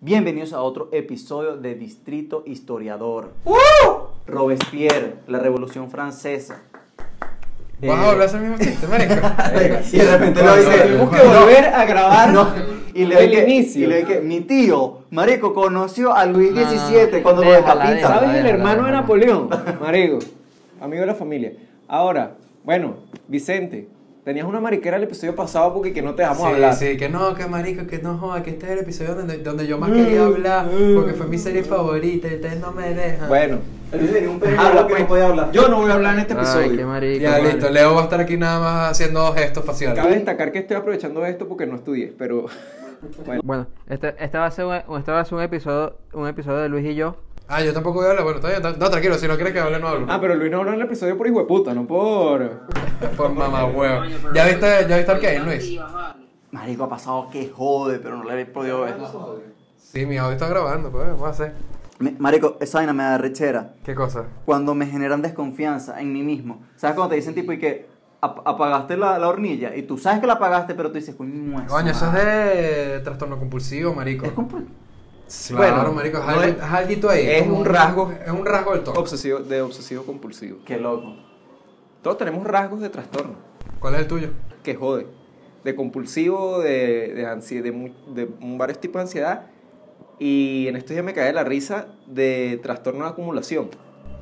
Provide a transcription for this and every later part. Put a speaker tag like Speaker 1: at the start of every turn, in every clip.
Speaker 1: Bienvenidos a otro episodio de Distrito Historiador.
Speaker 2: ¡Uh!
Speaker 1: Robespierre, la Revolución Francesa.
Speaker 3: Vas a
Speaker 1: Eh,
Speaker 3: volver a hacer el mismo chiste, marico. Eh, Verga.
Speaker 1: y de repente lo
Speaker 3: Bueno,
Speaker 1: dice,
Speaker 3: bueno,
Speaker 1: tenemos que
Speaker 3: bueno.
Speaker 1: volver a grabar.
Speaker 2: No.
Speaker 1: Y le doy
Speaker 2: El
Speaker 1: que,
Speaker 2: inicio.
Speaker 1: y le doy que, mi tío, marico, conoció a Luis
Speaker 3: No, no, no.
Speaker 1: XVII cuando lo
Speaker 2: Déjala,
Speaker 1: decapitan.
Speaker 2: déjala, ¿Sabes? El
Speaker 3: déjala,
Speaker 2: hermano de
Speaker 3: déjala.
Speaker 2: Napoleón, marico. Amigo de la familia. Ahora, bueno, Vicente, tenías una mariquera el episodio pasado porque que no te dejamos
Speaker 3: sí,
Speaker 2: hablar.
Speaker 3: Sí, que no, que marico, que no joda, que este es el episodio donde, donde yo más
Speaker 2: Mm,
Speaker 3: quería hablar,
Speaker 2: mm.
Speaker 3: porque fue mi serie favorita y ustedes no me dejan.
Speaker 2: Bueno,
Speaker 1: Luis tenía un perro
Speaker 2: Habla,
Speaker 1: que
Speaker 2: pues.
Speaker 1: no podía hablar.
Speaker 2: yo no voy a hablar en este episodio.
Speaker 4: Ay, qué marico.
Speaker 3: ya
Speaker 4: vale.
Speaker 3: listo, Leo va a estar aquí nada más haciendo gestos faciales.
Speaker 2: Cabe destacar que estoy aprovechando esto porque no estudié, pero bueno.
Speaker 4: Bueno, este, este va a ser un, este va a ser un episodio, un episodio de Luis y yo.
Speaker 3: Ah, yo tampoco voy a hablar, bueno, está bien, no, tranquilo, si no quieres que hable, no hablo.
Speaker 2: Ah, pero Luis no habló en el episodio por hijo de puta, no por.
Speaker 3: Por mamá huevo. ¿Ya viste, ya viste Arcane, Luis?
Speaker 1: Marico, ha pasado que jode, pero no le he podido ver.
Speaker 3: Sí, mi audio está grabando, pues, vamos a hacer.
Speaker 1: Me- Marico, esa vaina me da rechera.
Speaker 3: ¿Qué cosa?
Speaker 1: Cuando me generan desconfianza en mí mismo. ¿Sabes cuando te dicen tipo y que ap- apagaste la, la hornilla? Y tú sabes que la apagaste, pero tú dices, coño, esa
Speaker 3: Coño, eso es
Speaker 1: madre".
Speaker 3: de trastorno compulsivo, marico.
Speaker 1: Es compro-
Speaker 3: Sí, claro,
Speaker 2: Bueno,
Speaker 3: marico, es
Speaker 2: no
Speaker 3: algo,
Speaker 2: es-
Speaker 3: es alguito ahí.
Speaker 2: es
Speaker 3: como
Speaker 2: un rasgo-
Speaker 3: Es un rasgo del toque.
Speaker 2: Obsesivo, de obsesivo compulsivo.
Speaker 1: Qué loco.
Speaker 2: Todos tenemos rasgos de trastorno.
Speaker 3: ¿Cuál es el tuyo?
Speaker 2: que jode. De compulsivo, de, de, ansi- de, mu- de varios tipos de ansiedad. Y en estos días me cae la risa de trastorno de acumulación.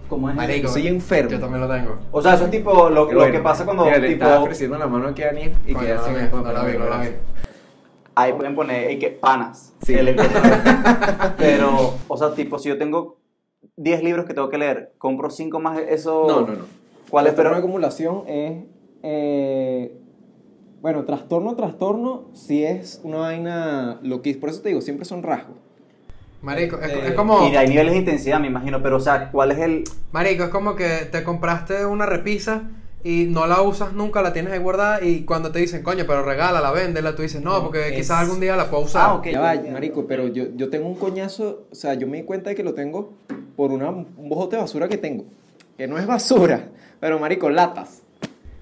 Speaker 1: ¿Cómo es?
Speaker 3: Marico,
Speaker 2: soy enfermo.
Speaker 3: Yo también lo tengo.
Speaker 1: O sea, eso es tipo lo,
Speaker 2: Qué
Speaker 1: lo
Speaker 2: bueno.
Speaker 1: que pasa cuando
Speaker 2: Mira, le
Speaker 1: tipo.
Speaker 2: estaba ofreciendo la mano aquí a Daniel y
Speaker 3: Coño,
Speaker 2: que
Speaker 3: no
Speaker 2: hace
Speaker 3: la vi, no la vi, no la vi.
Speaker 1: Ahí pueden poner eh, que panas.
Speaker 2: Sí.
Speaker 1: el- Pero, o sea, tipo, si yo tengo 10 libros que tengo que leer, compro 5 más, eso.
Speaker 2: No, no, no.
Speaker 1: ¿Cuál es? Pero,
Speaker 2: Trastorno de acumulación es... eh, bueno, trastorno, trastorno, si es una vaina loquísima. Por eso te digo, siempre son rasgos.
Speaker 3: Marico, es,
Speaker 2: Eh,
Speaker 3: es como.
Speaker 1: y hay niveles de intensidad, me imagino, pero, o sea, ¿cuál es el.
Speaker 3: Marico, es como que te compraste una repisa y no la usas nunca, la tienes ahí guardada y cuando te dicen, coño, pero regálala, véndela, tú dices, no, porque
Speaker 2: es-
Speaker 3: quizás algún día la pueda usar.
Speaker 1: Ah, ok.
Speaker 2: Ya va, marico, pero yo, yo tengo un coñazo, o sea, yo me di cuenta de que lo tengo por una, un bojote de basura que tengo. Que no es basura, pero marico, latas.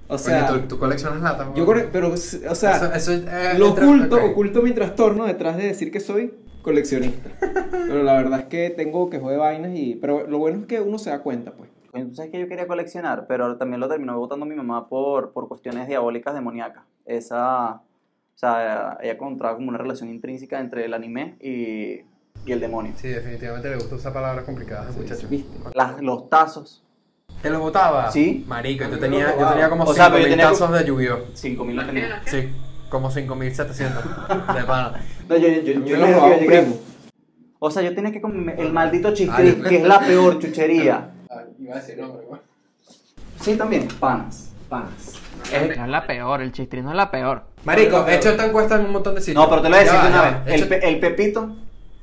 Speaker 2: O
Speaker 3: Coño,
Speaker 2: sea,
Speaker 3: tú, tú coleccionas latas.
Speaker 2: yo corre- pero, o sea,
Speaker 3: Eso- eso, eh,
Speaker 2: lo
Speaker 3: entra-
Speaker 2: oculto,
Speaker 3: ok.
Speaker 2: oculto mi trastorno detrás de decir que soy coleccionista. pero la verdad es que tengo que de vainas y, pero lo bueno es que uno se da cuenta, pues.
Speaker 1: Coño, Tú sabes que yo quería coleccionar, pero ahora también lo terminó votando mi mamá por, por cuestiones diabólicas demoníacas. Esa. O sea, ella encontraba como una relación intrínseca entre el anime y, y el demonio.
Speaker 3: Sí, definitivamente le gusta usar palabras complicadas al muchacho.
Speaker 2: ¿Viste?
Speaker 1: Las- los tazos.
Speaker 3: ¿Te lo botaba?
Speaker 1: Sí.
Speaker 3: Marico,
Speaker 2: A mí
Speaker 3: yo
Speaker 2: me
Speaker 3: tenía,
Speaker 2: lo
Speaker 3: yo
Speaker 2: botaba.
Speaker 3: tenía como
Speaker 1: O sea, pero yo
Speaker 3: 5.000
Speaker 1: tenía
Speaker 3: tazos de lluvio.
Speaker 1: 5000 lo tenía.
Speaker 3: Sí, como 5.700 de pana.
Speaker 1: No, yo, yo, yo,
Speaker 2: Yo
Speaker 1: yo
Speaker 2: lo
Speaker 1: llegué-
Speaker 2: robaba
Speaker 1: yo
Speaker 2: un
Speaker 1: llegué-
Speaker 2: primo.
Speaker 1: O sea, yo tenía que comer
Speaker 3: Ah,
Speaker 1: el maldito
Speaker 3: Ay,
Speaker 1: chistris,
Speaker 3: Dios.
Speaker 1: que es la peor chuchería.
Speaker 3: Iba a decir nombre, güey.
Speaker 1: Sí, también. Panas, panas.
Speaker 3: Em- Eh,
Speaker 4: No es la peor, el chistrín no es la peor.
Speaker 3: Marico, he hecho esta encuesta en un montón de sitios.
Speaker 1: No, pero te lo voy a
Speaker 3: Ya
Speaker 1: decir
Speaker 3: va,
Speaker 1: de
Speaker 3: ya
Speaker 1: una
Speaker 3: va.
Speaker 1: vez.
Speaker 3: He
Speaker 1: El,
Speaker 3: hecho-
Speaker 1: pe- el Pepito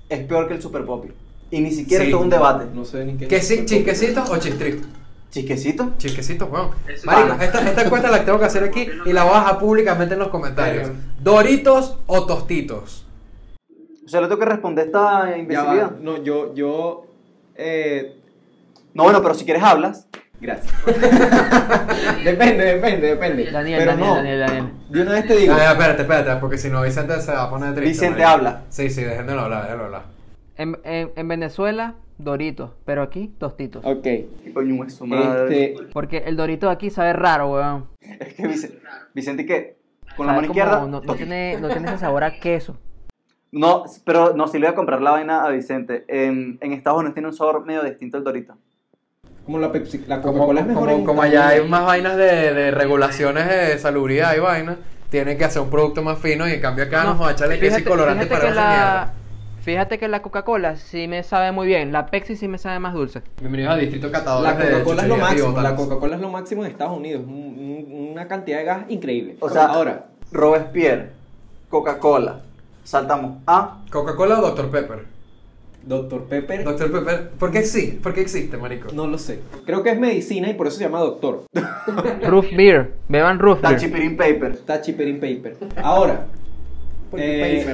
Speaker 1: es peor que el Super Poppy. Y ni siquiera
Speaker 3: Sí.
Speaker 1: esto es un debate.
Speaker 2: No sé ni qué.
Speaker 3: ¿Que sí, chisquecitos o chistritos?
Speaker 1: ¿Chisquecito?
Speaker 3: Chisquecitos, weón. Marico,
Speaker 1: pana.
Speaker 3: esta, esta encuesta la tengo que hacer aquí y la voy a dejar públicamente en los comentarios.
Speaker 2: Pero-
Speaker 3: ¿Doritos o tostitos?
Speaker 1: O sea, le tengo que responder esta
Speaker 2: Ya va,
Speaker 1: imbecilidad.
Speaker 2: No, yo, yo, eh,
Speaker 1: No, bueno, pero si quieres hablas.
Speaker 2: Gracias. depende, depende, depende.
Speaker 4: Daniel,
Speaker 2: Pero
Speaker 4: Daniel,
Speaker 2: no.
Speaker 4: Daniel, Daniel.
Speaker 2: De una vez te
Speaker 3: Ah,
Speaker 2: digo.
Speaker 3: ya, espérate, espérate, porque si no Vicente se va a poner triste.
Speaker 1: Vicente
Speaker 3: marico.
Speaker 1: habla.
Speaker 3: Sí, sí, déjenlo hablar, déjenlo hablar.
Speaker 4: En, en, en Venezuela, Doritos, pero aquí, Tostitos.
Speaker 2: Ok.
Speaker 1: Y coño, es su madre.
Speaker 2: Este,
Speaker 4: Porque el Dorito de aquí sabe raro, weón.
Speaker 1: Es que Vicente, Vicente ¿qué? Con la
Speaker 4: Sabe
Speaker 1: mano
Speaker 4: Ah, como-
Speaker 1: izquierda.
Speaker 4: No, no
Speaker 1: toc.
Speaker 4: tiene, no tiene ese sabor a queso.
Speaker 1: No, pero no, si le voy a comprar la vaina a Vicente. En, en Estados Unidos tiene un sabor medio distinto al Dorito.
Speaker 2: como la Pepsi, la
Speaker 3: Como,
Speaker 2: Coca-Cola es mejor
Speaker 3: como,
Speaker 2: en
Speaker 3: como allá hay más vainas de, de regulaciones de salubridad y vainas, tienen que hacer un producto más fino y en cambio acá nos va a echarle queso y colorante para
Speaker 4: que
Speaker 3: esa mierda.
Speaker 4: la, fíjate que la Coca-Cola sí me sabe muy bien, la Pepsi sí me sabe más dulce.
Speaker 3: Bienvenidos a Distrito Catador.
Speaker 2: La Coca-Cola es lo máximo, la Coca-Cola es lo máximo en Estados Unidos, un- un- una cantidad de gas increíble.
Speaker 1: O sea-
Speaker 2: ahora,
Speaker 1: Robespierre, Coca-Cola. Saltamos a
Speaker 3: Coca-Cola o Dr. Pepper.
Speaker 2: Doctor Pepper,
Speaker 3: Dr. Pepper, ¿por qué existe? ¿Por qué existe, marico?
Speaker 2: no lo sé. Creo que es medicina y por eso se llama doctor.
Speaker 4: Roof Beer, beban Roof Beer.
Speaker 1: Tachipirin Paper.
Speaker 2: Está chipperin paper. Ahora,
Speaker 3: Porque
Speaker 2: eh,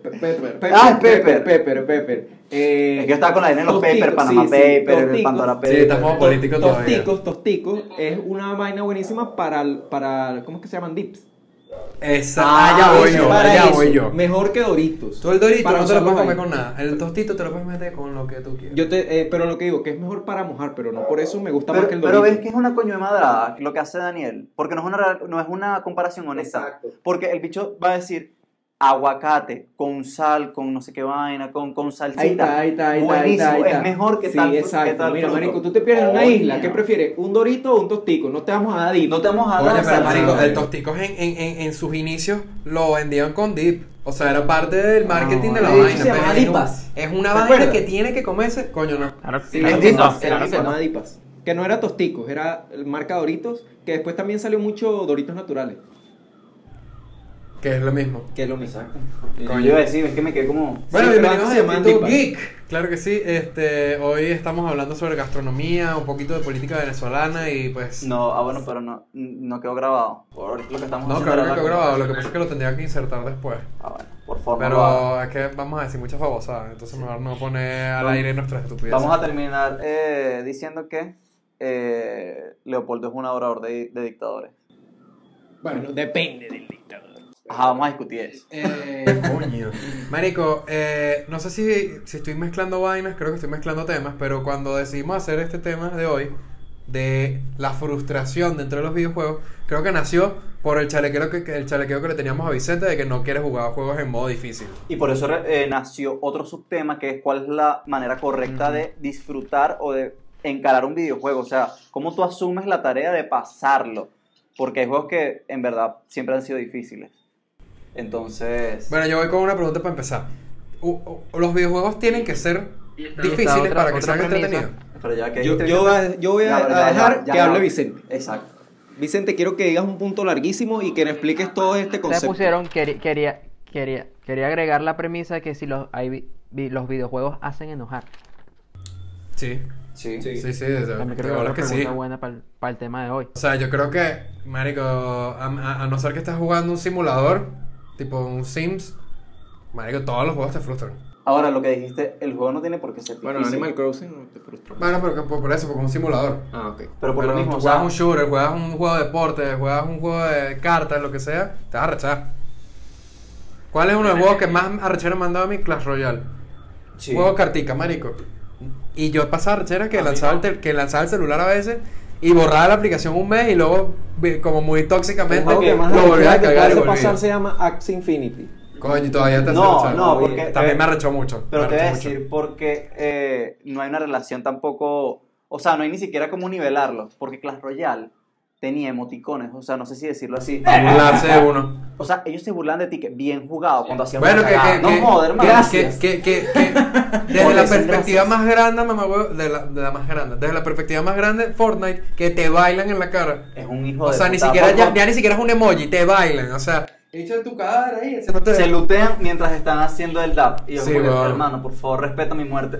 Speaker 2: pe- Pepper, Pepper,
Speaker 1: Ah, es Pepper.
Speaker 2: Pepper, Pepper, Pepper. Eh,
Speaker 1: Es que yo estaba con la vaina de los
Speaker 2: Tostitos,
Speaker 1: Paper, Panama
Speaker 2: sí, sí,
Speaker 1: Paper,
Speaker 2: Tostitos.
Speaker 1: Pandora
Speaker 3: Sí,
Speaker 1: Paper.
Speaker 3: estamos políticos todavía.
Speaker 2: Tosticos, tosticos es una vaina buenísima para, para, ¿cómo es que se llaman? Dips.
Speaker 3: Esa.
Speaker 2: Ah,
Speaker 3: ya voy
Speaker 2: es
Speaker 3: yo,
Speaker 2: para
Speaker 3: ya
Speaker 2: eso.
Speaker 3: voy yo.
Speaker 2: Mejor que Doritos.
Speaker 3: Tú el dorito
Speaker 2: Para
Speaker 3: no te lo puedes comer
Speaker 2: usarlo ahí.
Speaker 3: con nada. El tostito te lo puedes meter con lo que tú quieras.
Speaker 2: Yo te, eh, pero lo que digo, que es mejor para mojar, pero no por eso me gusta
Speaker 1: Pero,
Speaker 2: más que el
Speaker 1: pero
Speaker 2: dorito.
Speaker 1: ves que es una coño de madrada lo que hace Daniel, porque no es una, real- no es una comparación honesta.
Speaker 2: Exacto.
Speaker 1: Porque el bicho va a decir aguacate con sal, con no sé qué vaina, con, con salsita.
Speaker 2: Ahí está, ahí está, ahí está. ahí
Speaker 1: Buenísimo,
Speaker 2: está, ahí está.
Speaker 1: es mejor que
Speaker 2: sí,
Speaker 1: tal.
Speaker 2: Exacto.
Speaker 1: que tal
Speaker 2: Mira,
Speaker 1: fruto.
Speaker 2: marico, tú te pierdes en una
Speaker 1: Coño.
Speaker 2: isla. ¿Qué prefieres? ¿Un dorito o un tostico? No te vamos a dar dip.
Speaker 1: No te vamos a
Speaker 3: Oye,
Speaker 1: dar
Speaker 3: pero
Speaker 1: salsa.
Speaker 3: marico,
Speaker 2: no.
Speaker 3: el Tosticos en, en, en, en sus inicios lo vendían con dip. O sea, era parte del marketing de la
Speaker 2: de hecho,
Speaker 3: vaina.
Speaker 2: Ah, se
Speaker 3: pues,
Speaker 2: llama
Speaker 3: es un-
Speaker 2: dipas.
Speaker 3: Es una
Speaker 2: ¿Te
Speaker 3: vaina
Speaker 2: acuerdas?
Speaker 3: que tiene que comerse. Coño, no.
Speaker 5: Claro que
Speaker 2: Sí,
Speaker 5: claro
Speaker 1: es
Speaker 5: que
Speaker 1: dipas,
Speaker 5: no,
Speaker 1: es
Speaker 5: claro que
Speaker 2: se
Speaker 5: no.
Speaker 2: llamaba dipas. Que no era tosticos, era el marca Doritos, que después también salió mucho Doritos naturales.
Speaker 3: Que es lo mismo.
Speaker 2: Que es lo mismo.
Speaker 1: Coño, yo iba a decir, es que me quedé como.
Speaker 3: Bueno,
Speaker 2: pero
Speaker 3: bienvenidos
Speaker 2: antes se
Speaker 3: a
Speaker 2: llamaban
Speaker 3: Actitud
Speaker 2: dipas.
Speaker 3: Geek. Claro que sí, este, hoy estamos hablando sobre gastronomía, un poquito de política venezolana y pues...
Speaker 1: No, ah, bueno, pero no, no quedó grabado. Por lo que estamos
Speaker 3: No,
Speaker 1: haciendo
Speaker 3: claro
Speaker 1: ahora
Speaker 3: que quedó
Speaker 1: con-
Speaker 3: grabado, lo que pasa es que lo tendría que insertar después.
Speaker 1: Ah, bueno, por favor, no lo hagas.
Speaker 3: Pero es que vamos a decir muchas babosadas, entonces mejor no poner al
Speaker 1: Vamos.
Speaker 3: aire nuestras estupideces.
Speaker 1: Vamos a terminar eh, diciendo que eh, Leopoldo es un adorador de, de dictadores.
Speaker 2: Bueno, depende del dictador.
Speaker 1: Ajá, vamos a discutir eso.
Speaker 3: Eh, coño. Marico, eh, no sé si, si estoy mezclando vainas, creo que estoy mezclando temas, pero cuando decidimos hacer este tema de hoy, de la frustración dentro de los videojuegos, creo que nació por el chalequeo que, que- el chalequeo que le teníamos a Vicente de que no quiere jugar juegos en modo difícil.
Speaker 1: Y por eso eh, nació otro subtema que es cuál es la manera correcta de disfrutar o de encarar un videojuego. O sea, cómo tú asumes la tarea de pasarlo. Porque hay juegos que en verdad siempre han sido difíciles. Entonces,
Speaker 3: Bueno, yo voy con una pregunta para empezar. U- u- ¿Los videojuegos tienen que ser
Speaker 4: esta
Speaker 3: difíciles
Speaker 4: otra-
Speaker 3: para que
Speaker 4: otra
Speaker 3: sean
Speaker 4: premisa.
Speaker 3: entretenidos?
Speaker 1: pero ya que
Speaker 2: Yo,
Speaker 1: dijiste-
Speaker 2: yo, voy a- yo voy a,
Speaker 1: Ya, ya,
Speaker 2: a dejar
Speaker 1: ya, ya,
Speaker 2: que
Speaker 1: ya.
Speaker 2: hable Vicente.
Speaker 1: Exacto.
Speaker 2: Vicente, quiero que digas un punto larguísimo y que nos expliques todo este
Speaker 4: Ustedes
Speaker 2: concepto.
Speaker 4: pusieron, queri- quería, quería, quería agregar la premisa de que si los, hay vi- vi- los videojuegos hacen enojar.
Speaker 3: Sí,
Speaker 1: Sí.
Speaker 2: Sí.
Speaker 3: sí, sí, desde- de
Speaker 4: También creo que es
Speaker 3: bolas
Speaker 4: una
Speaker 3: que sí.
Speaker 4: pregunta buena para el, tema de hoy.
Speaker 3: O sea, yo creo que, marico, a, a- a no ser que estés jugando un simulador, tipo un Sims, marico, todos los juegos te frustran.
Speaker 1: Ahora, lo que dijiste, el juego no tiene por qué ser difícil.
Speaker 2: Bueno, Animal Crossing no te frustró.
Speaker 3: Bueno, pero que por, por eso, porque es un simulador.
Speaker 2: Ah, ok.
Speaker 1: Pero por
Speaker 3: Pero
Speaker 1: lo mismo,
Speaker 3: tú
Speaker 1: o sea,
Speaker 3: juegas un shooter, juegas un juego de deporte, juegas un juego de cartas, lo que sea, te vas a arrechar. ¿Cuál es uno de los juegos que más arrechera me han dado a mi Clash Royale?
Speaker 1: sí.
Speaker 3: Juego de cartica, marico. Y yo pasaba arrechera que lanzaba, el tel- que lanzaba el celular a veces y borraba la aplicación un mes y luego, vi- como muy
Speaker 2: El
Speaker 3: tóxicamente,
Speaker 2: juego que más
Speaker 3: lo volvía a
Speaker 2: que
Speaker 3: cagar y
Speaker 2: puede
Speaker 3: volvía.
Speaker 2: pasar se llama Axe Infinity.
Speaker 3: Coño, y todavía te
Speaker 1: No,
Speaker 3: hace
Speaker 1: no,
Speaker 3: arrechar.
Speaker 1: porque-
Speaker 3: También
Speaker 1: eh,
Speaker 3: me arrechó mucho.
Speaker 1: Pero
Speaker 3: me
Speaker 1: te voy a
Speaker 3: arrechó
Speaker 1: decir, porque eh, no hay una relación tampoco, o sea, no hay ni siquiera como nivelarlos, porque Clash Royale tenía emoticones, o sea, no sé si decirlo así.
Speaker 3: mucho. Burlarse de uno.
Speaker 1: O sea, ellos se burlan de ti, que bien jugado cuando hacían
Speaker 3: Bueno,
Speaker 1: una
Speaker 3: que, que,
Speaker 1: cagada.
Speaker 3: que,
Speaker 1: No joder, hermano.
Speaker 3: que, que, que- que- desde
Speaker 1: Por
Speaker 3: la
Speaker 1: eso,
Speaker 3: perspectiva
Speaker 1: gracias.
Speaker 3: más grande, mamá huevo, de la, de la más grande, desde la perspectiva más grande, Fortnite, que te bailan en la cara.
Speaker 1: Es un hijo de
Speaker 3: O sea, ni
Speaker 1: puta.
Speaker 3: siquiera,
Speaker 1: Por-
Speaker 3: ya,
Speaker 1: por-
Speaker 3: ya ni siquiera es un emoji, te bailan, o sea. Hecho en tu cara ahí,
Speaker 1: Se lutean mientras están haciendo el dab. Y yo,
Speaker 3: Sí,
Speaker 1: como que,
Speaker 3: weón.
Speaker 1: hermano, por favor, respeta mi muerte.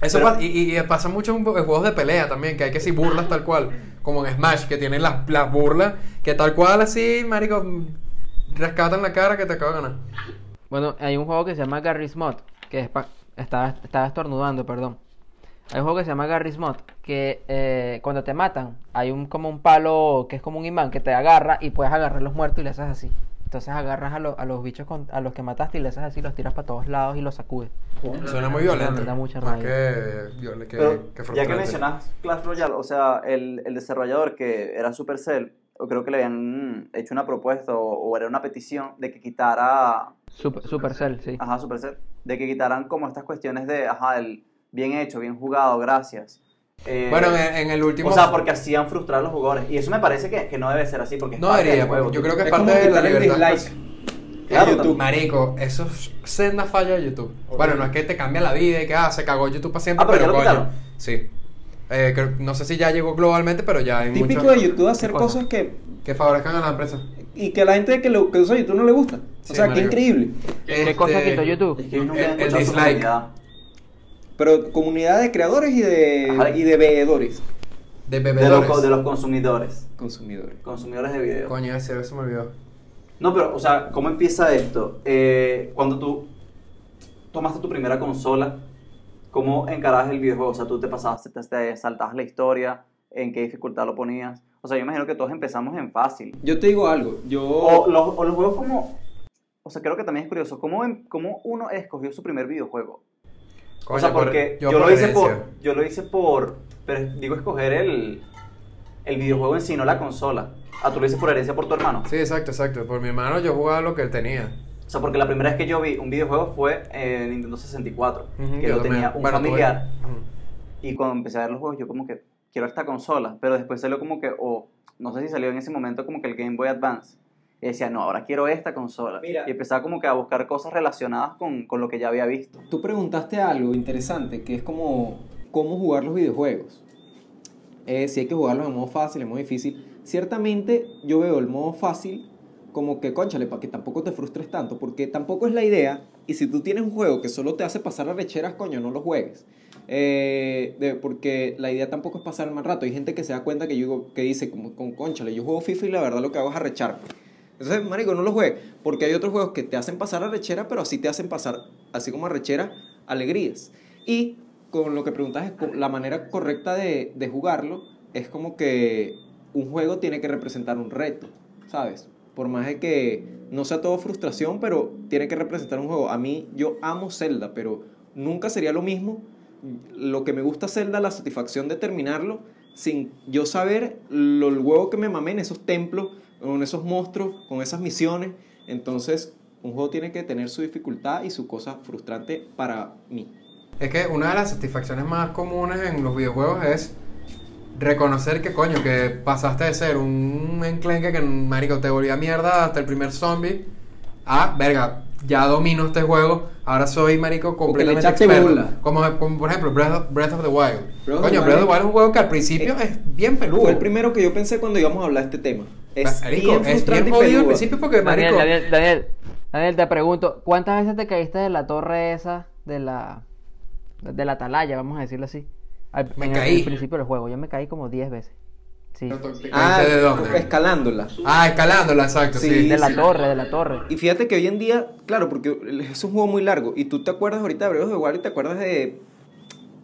Speaker 3: Eso
Speaker 1: Pero-
Speaker 3: pa- y, y- y pasa mucho en en juegos de pelea también, que hay que si burlas tal cual. Como en Smash, que tienen las, las burlas, que tal cual así, marico, mm, rescatan la cara que te acaba de ganar.
Speaker 4: Bueno, hay un juego que se llama Garry's Mod, que es pa- estaba, estaba estornudando, perdón. Hay un juego que se llama Garry's Mod, que eh, cuando te matan, hay un como un palo que es como un imán que te agarra y puedes agarrar los muertos y le haces así. Entonces agarras a, lo- a los bichos con- a los que mataste y le haces así, los tiras para todos lados y los sacudes.
Speaker 3: Suena muy violento.
Speaker 4: Me da mucha
Speaker 3: Más
Speaker 4: rabia.
Speaker 3: que, viol- que-
Speaker 1: Pero ya
Speaker 3: que
Speaker 1: que
Speaker 3: frustrante.
Speaker 1: mencionas Clash Royale, o sea, el, el desarrollador que era Supercell, o creo que le habían mm, hecho una propuesta o, o era una petición de que quitara
Speaker 4: Super, Supercell, sí.
Speaker 1: Ajá, Supercell. De que quitaran como estas cuestiones de, ajá, el bien hecho, bien jugado, gracias. Eh,
Speaker 3: Bueno, en, en el último.
Speaker 1: O sea, porque hacían frustrar a los jugadores. Y eso me parece que, que no debe ser así, porque es
Speaker 3: No
Speaker 1: parte
Speaker 3: debería,
Speaker 1: del juego.
Speaker 3: yo creo que es,
Speaker 2: Es como
Speaker 3: parte de la
Speaker 2: quitarle el
Speaker 3: libertad. pues.
Speaker 2: dislike.
Speaker 1: Claro,
Speaker 2: en YouTube.
Speaker 3: Marico, eso es senda falla de YouTube. Bueno, no es que te cambia la vida y que ah, se cagó YouTube para siempre,
Speaker 1: Ah, pero ya lo
Speaker 3: coño.
Speaker 1: quitaron.
Speaker 3: Sí. Eh, creo- no sé si ya llegó globalmente, pero ya hay
Speaker 2: Típico
Speaker 3: muchos
Speaker 2: de YouTube hacer
Speaker 4: ¿Qué cosa?
Speaker 2: cosas que
Speaker 3: que favorezcan a las empresas.
Speaker 2: y que a la gente que, lo, que usa YouTube no le gusta. O
Speaker 3: Sí,
Speaker 2: sea, qué
Speaker 3: marico.
Speaker 2: increíble.
Speaker 4: ¿Qué
Speaker 3: Este,
Speaker 4: cosa quitó YouTube?
Speaker 1: Es que yo nunca he
Speaker 3: El- el
Speaker 1: escuchado esa
Speaker 3: dislike.
Speaker 1: comunidad.
Speaker 2: Pero comunidad de creadores y
Speaker 1: Ajá.
Speaker 2: de, y de veedores,
Speaker 3: De
Speaker 1: De los, co-
Speaker 3: bebedores.
Speaker 1: de los consumidores.
Speaker 2: consumidores.
Speaker 1: Consumidores de video.
Speaker 3: Coño, ese eso me olvidó.
Speaker 1: No, pero, o sea, ¿cómo empieza esto? Eh, cuando tú tomaste tu primera consola, ¿cómo encarabas el videojuego? O sea, tú te pasaste, te, te saltabas la historia, en qué dificultad lo ponías. O sea, yo imagino que todos empezamos en fácil.
Speaker 2: Yo te digo algo, yo...
Speaker 1: O los, o los juegos como... O sea, creo que también es curioso cómo, en- cómo uno escogió su primer videojuego.
Speaker 3: Coño,
Speaker 1: o sea,
Speaker 3: por-
Speaker 1: porque yo,
Speaker 3: yo
Speaker 1: lo hice
Speaker 3: herencia.
Speaker 1: por... Yo lo hice por... Pero digo, escoger el, el videojuego en sí, no la consola. Ah, tú lo dices por herencia por tu hermano.
Speaker 3: Sí, exacto, exacto. Por mi hermano yo jugaba lo que él tenía.
Speaker 1: O sea, porque la primera vez que yo vi un videojuego fue en Nintendo 64,
Speaker 3: Ujú,
Speaker 1: que
Speaker 3: yo
Speaker 1: lo
Speaker 3: también.
Speaker 1: tenía un
Speaker 3: Bueno, tú-
Speaker 1: familiar.
Speaker 3: Ujú.
Speaker 1: Y cuando empecé a ver los juegos, yo como que quiero esta consola, pero después salió como que, o no sé si salió en ese momento como que el Game Boy Advance. Y decía, no, ahora quiero esta consola.
Speaker 2: Mira.
Speaker 1: Y empezaba como que a buscar cosas relacionadas con, con lo que ya había visto.
Speaker 2: Tú preguntaste algo interesante, que es como cómo jugar los videojuegos. Eh, si hay que jugarlos en modo fácil, en modo difícil. Ciertamente yo veo el modo fácil como que, conchale, para que tampoco te frustres tanto, porque tampoco es la idea. Y si tú tienes un juego que solo te hace pasar arrecheras, coño, no lo juegues. Eh, de- porque la idea tampoco es pasar el mal rato. Hay gente que se da cuenta que, yo, digo- que dice, como, con conchale, yo juego FIFA y la verdad lo que hago es pues. arrecharme. Entonces, marico, no lo juegues. Porque hay otros juegos que te hacen pasar arrechera, pero así te hacen pasar, así como arrechera, alegrías. Y con lo que preguntas, es co- la manera correcta de, de jugarlo es como que un juego tiene que representar un reto, ¿sabes? Por más de que no sea todo frustración, pero tiene que representar un juego. A mí, yo amo Zelda, pero nunca sería lo mismo. Lo que me gusta Zelda, la satisfacción de terminarlo, sin yo saber lo, el huevo que me mamé en esos templos, con esos monstruos, con esas misiones. Entonces, un juego tiene que tener su dificultad y su cosa frustrante para mí.
Speaker 3: Es que una de las satisfacciones más comunes en los videojuegos es reconocer que coño, que pasaste de ser un enclenque que marico te volvía mierda hasta el primer zombie a verga, ya domino este juego, ahora soy marico
Speaker 2: Porque le
Speaker 3: completamente
Speaker 2: echaste
Speaker 3: experto.
Speaker 2: bola.
Speaker 3: Como, como, por ejemplo Breath of, Breath of the Wild.
Speaker 2: Breath of the
Speaker 3: coño, Breath
Speaker 2: Wild
Speaker 3: of
Speaker 2: es-
Speaker 3: the Wild es un juego que al principio
Speaker 2: Eh,
Speaker 3: es bien peludo.
Speaker 2: Fue el primero que yo pensé cuando íbamos a hablar de este tema. Es
Speaker 3: Marico,
Speaker 2: bien
Speaker 3: es
Speaker 2: frustrante
Speaker 3: bien
Speaker 2: y
Speaker 3: jodido al
Speaker 2: peluda.
Speaker 3: principio porque
Speaker 4: Daniel,
Speaker 3: marico
Speaker 4: Daniel, Daniel, Daniel, te pregunto, ¿cuántas veces te caíste de la torre esa, de la, de la atalaya, vamos a decirlo así? Al,
Speaker 3: Me
Speaker 4: en
Speaker 3: caí.
Speaker 4: El, al principio del juego, yo me caí como 10 veces. Sí.
Speaker 3: ¿Te
Speaker 2: Ah,
Speaker 3: caíste de dónde?
Speaker 2: escalándola.
Speaker 3: Ah, escalándola, exacto,
Speaker 2: Sí,
Speaker 3: sí.
Speaker 4: De la
Speaker 2: sí.
Speaker 4: torre, de la torre.
Speaker 2: Y fíjate que hoy en día, claro, porque es un juego muy largo. Y tú te acuerdas ahorita de Breath of the Wild y te acuerdas de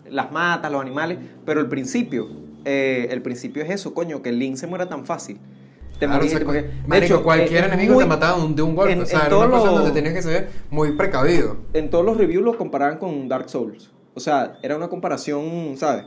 Speaker 2: las matas, los animales. Pero el principio, eh, el principio es eso, coño, que el Link se muera tan fácil. Te
Speaker 3: Claro,
Speaker 2: morís,
Speaker 3: o sea,
Speaker 2: te morís.
Speaker 3: cu-
Speaker 2: De
Speaker 3: marico,
Speaker 2: hecho,
Speaker 3: cualquier
Speaker 1: eh,
Speaker 2: es
Speaker 3: enemigo
Speaker 2: muy-
Speaker 3: te mataba de un- de un golpe.
Speaker 2: en-
Speaker 3: o sea,
Speaker 2: en
Speaker 3: era una
Speaker 2: todos
Speaker 3: cosa
Speaker 2: los-
Speaker 3: donde tenías que ser muy precavido.
Speaker 2: En todos los reviews lo comparaban con Dark Souls. O sea, era una comparación, ¿sabes?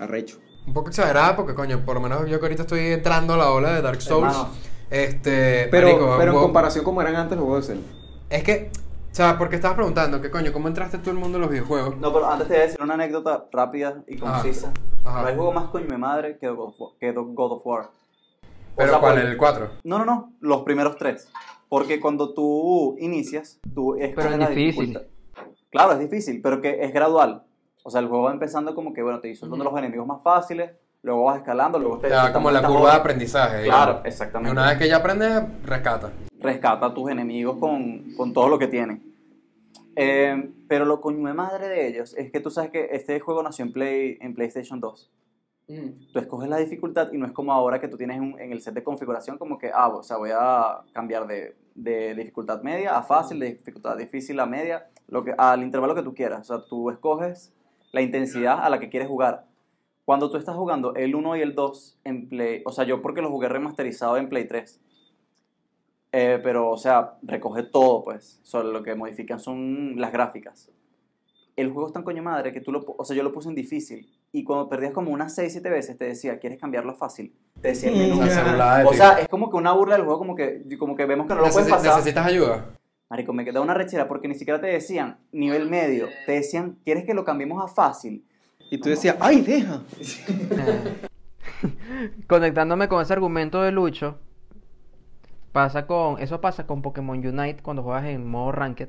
Speaker 2: Arrecho.
Speaker 3: Un poco exagerada porque, coño, por lo menos yo que ahorita estoy entrando a la ola de Dark Souls.
Speaker 1: Hermano.
Speaker 3: Este.
Speaker 2: Pero,
Speaker 3: marico,
Speaker 2: pero en
Speaker 3: wow.
Speaker 2: comparación como eran antes los juegos de Zelda.
Speaker 3: Es que, o sea, porque estabas preguntando, que coño, ¿cómo entraste tú al mundo de los videojuegos?
Speaker 1: No, pero antes te voy a decir una anécdota rápida y
Speaker 3: Ajá.
Speaker 1: concisa.
Speaker 3: Ajá.
Speaker 1: No hay juego más coño de madre que God of War. que God of War. O
Speaker 3: pero
Speaker 1: sea,
Speaker 3: ¿cuál?
Speaker 1: por-
Speaker 3: El 4.
Speaker 1: No, no, no. Los primeros tres. Porque cuando tú inicias, tú es
Speaker 4: Pero es difícil.
Speaker 1: Claro, es difícil, pero que es gradual. O sea, el juego va empezando como que, bueno, te insultando los enemigos más fáciles, luego vas escalando, luego te...
Speaker 3: O sea,
Speaker 1: insultan
Speaker 3: como la
Speaker 1: más
Speaker 3: curva de
Speaker 1: otros.
Speaker 3: aprendizaje.
Speaker 1: Claro,
Speaker 3: digamos. Y
Speaker 1: exactamente.
Speaker 3: una vez que ya aprendes, rescata.
Speaker 1: Rescata a tus enemigos con, con todo lo que tienen. Eh, pero lo coño de madre de ellos es que tú sabes que este juego nació en, Play, en PlayStation 2. tú escoges la dificultad y no es como ahora que tú tienes un- en el set de configuración como que, ah, o sea, voy a cambiar de, de dificultad media a fácil, de dificultad difícil a media, lo que, al intervalo que tú quieras. O sea, tú escoges la intensidad a la que quieres jugar. Cuando tú estás jugando el 1 y el 2 en Play, o sea, yo porque lo jugué remasterizado en Play 3. eh, pero, o sea, recoge todo, pues. Solo lo que modifican son las gráficas el juego es tan coño madre que tú lo, pu- o sea, yo lo puse en difícil y cuando perdías como unas 6, 7 veces te decía, ¿quieres cambiarlo a fácil? Te decía el menú.
Speaker 3: O sea,
Speaker 2: Ya.
Speaker 3: celular de
Speaker 1: O
Speaker 3: ti.
Speaker 1: sea, es como que una burla del juego, como que, como que vemos que no lo puedes
Speaker 3: Ah, Necesi-
Speaker 1: pasar.
Speaker 3: ¿Necesitas ayuda?
Speaker 1: Marico, me queda una rechera porque ni siquiera te decían nivel medio, te decían, ¿quieres que lo cambiemos a fácil?
Speaker 2: Y tú decías, ¡ay, deja!
Speaker 4: Conectándome con ese argumento de Lucho, pasa con, eso pasa con Pokémon Unite cuando juegas en modo Ranked,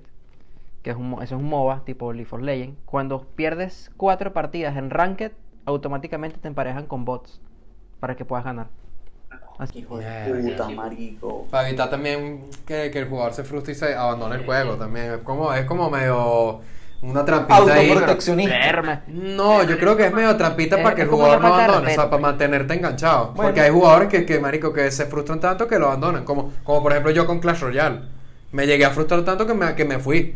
Speaker 4: que es un, mo- eso es un MOBA tipo League of Legends. Cuando pierdes cuatro partidas en Ranked, automáticamente te emparejan con bots para que puedas ganar. Así-
Speaker 1: Hijo de
Speaker 3: Verga.
Speaker 1: puta, marico.
Speaker 3: Para evitar también que, que el jugador se frustre y se abandone el juego también. Es como, es como medio una trampita ahí.
Speaker 2: Autoproteccionista.
Speaker 4: Verme.
Speaker 3: No, yo creo que es medio trampita
Speaker 4: Es-
Speaker 3: para que
Speaker 4: es
Speaker 3: el
Speaker 4: como
Speaker 3: jugador
Speaker 4: una
Speaker 3: no
Speaker 4: falta de
Speaker 3: abandone, o sea,
Speaker 4: respeto,
Speaker 3: para mantenerte enganchado.
Speaker 2: Bueno.
Speaker 3: Porque hay jugadores que, que, marico, que se frustran tanto que lo abandonan. Como, como por ejemplo yo con Clash Royale. Me llegué a frustrar tanto que me, que me fui.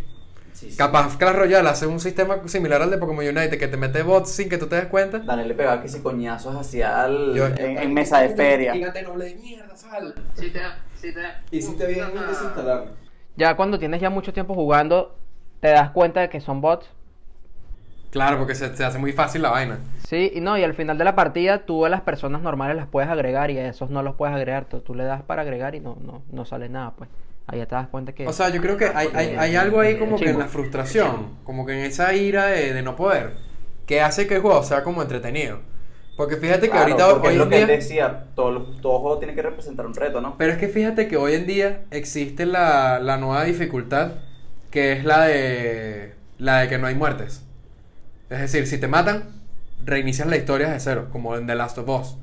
Speaker 5: Sí, sí.
Speaker 3: Capaz Clash Royale hace un sistema similar al de Pokémon Unite que te mete bots sin que tú te des cuenta.
Speaker 1: Daniel le pegaba que si coñazos hacia al-
Speaker 3: Yo-
Speaker 1: en, en mesa de feria.
Speaker 5: Gigante noble de mierda, sal.
Speaker 4: Sí te, sí te...
Speaker 2: Hiciste bien en desinstalarlo.
Speaker 4: Ya cuando tienes ya mucho tiempo jugando, te das cuenta de que son bots.
Speaker 3: Claro, porque se, se hace muy fácil la vaina.
Speaker 4: Sí, y no, y al final de la partida tú a las personas normales las puedes agregar y a esos no los puedes agregar. Tú, tú le das para agregar y no, no, no sale nada, pues. Ahí ya te das cuenta que...
Speaker 3: O sea, yo creo que hay, hay, hay algo ahí como que en
Speaker 4: Chingo.
Speaker 3: la frustración, como que en esa ira de, de no poder, que hace que el juego sea como entretenido. Porque fíjate que
Speaker 1: Claro,
Speaker 3: ahorita
Speaker 1: porque
Speaker 3: hoy
Speaker 1: es
Speaker 3: en
Speaker 1: lo que
Speaker 3: día...
Speaker 1: él decía, todo, lo- todo juego tiene que representar un reto, ¿no?
Speaker 3: Pero es que fíjate que hoy en día existe la, la nueva dificultad que es la de la de que no hay muertes. Es decir, si te matan, reinicias la historia desde cero, como en The Last of Us.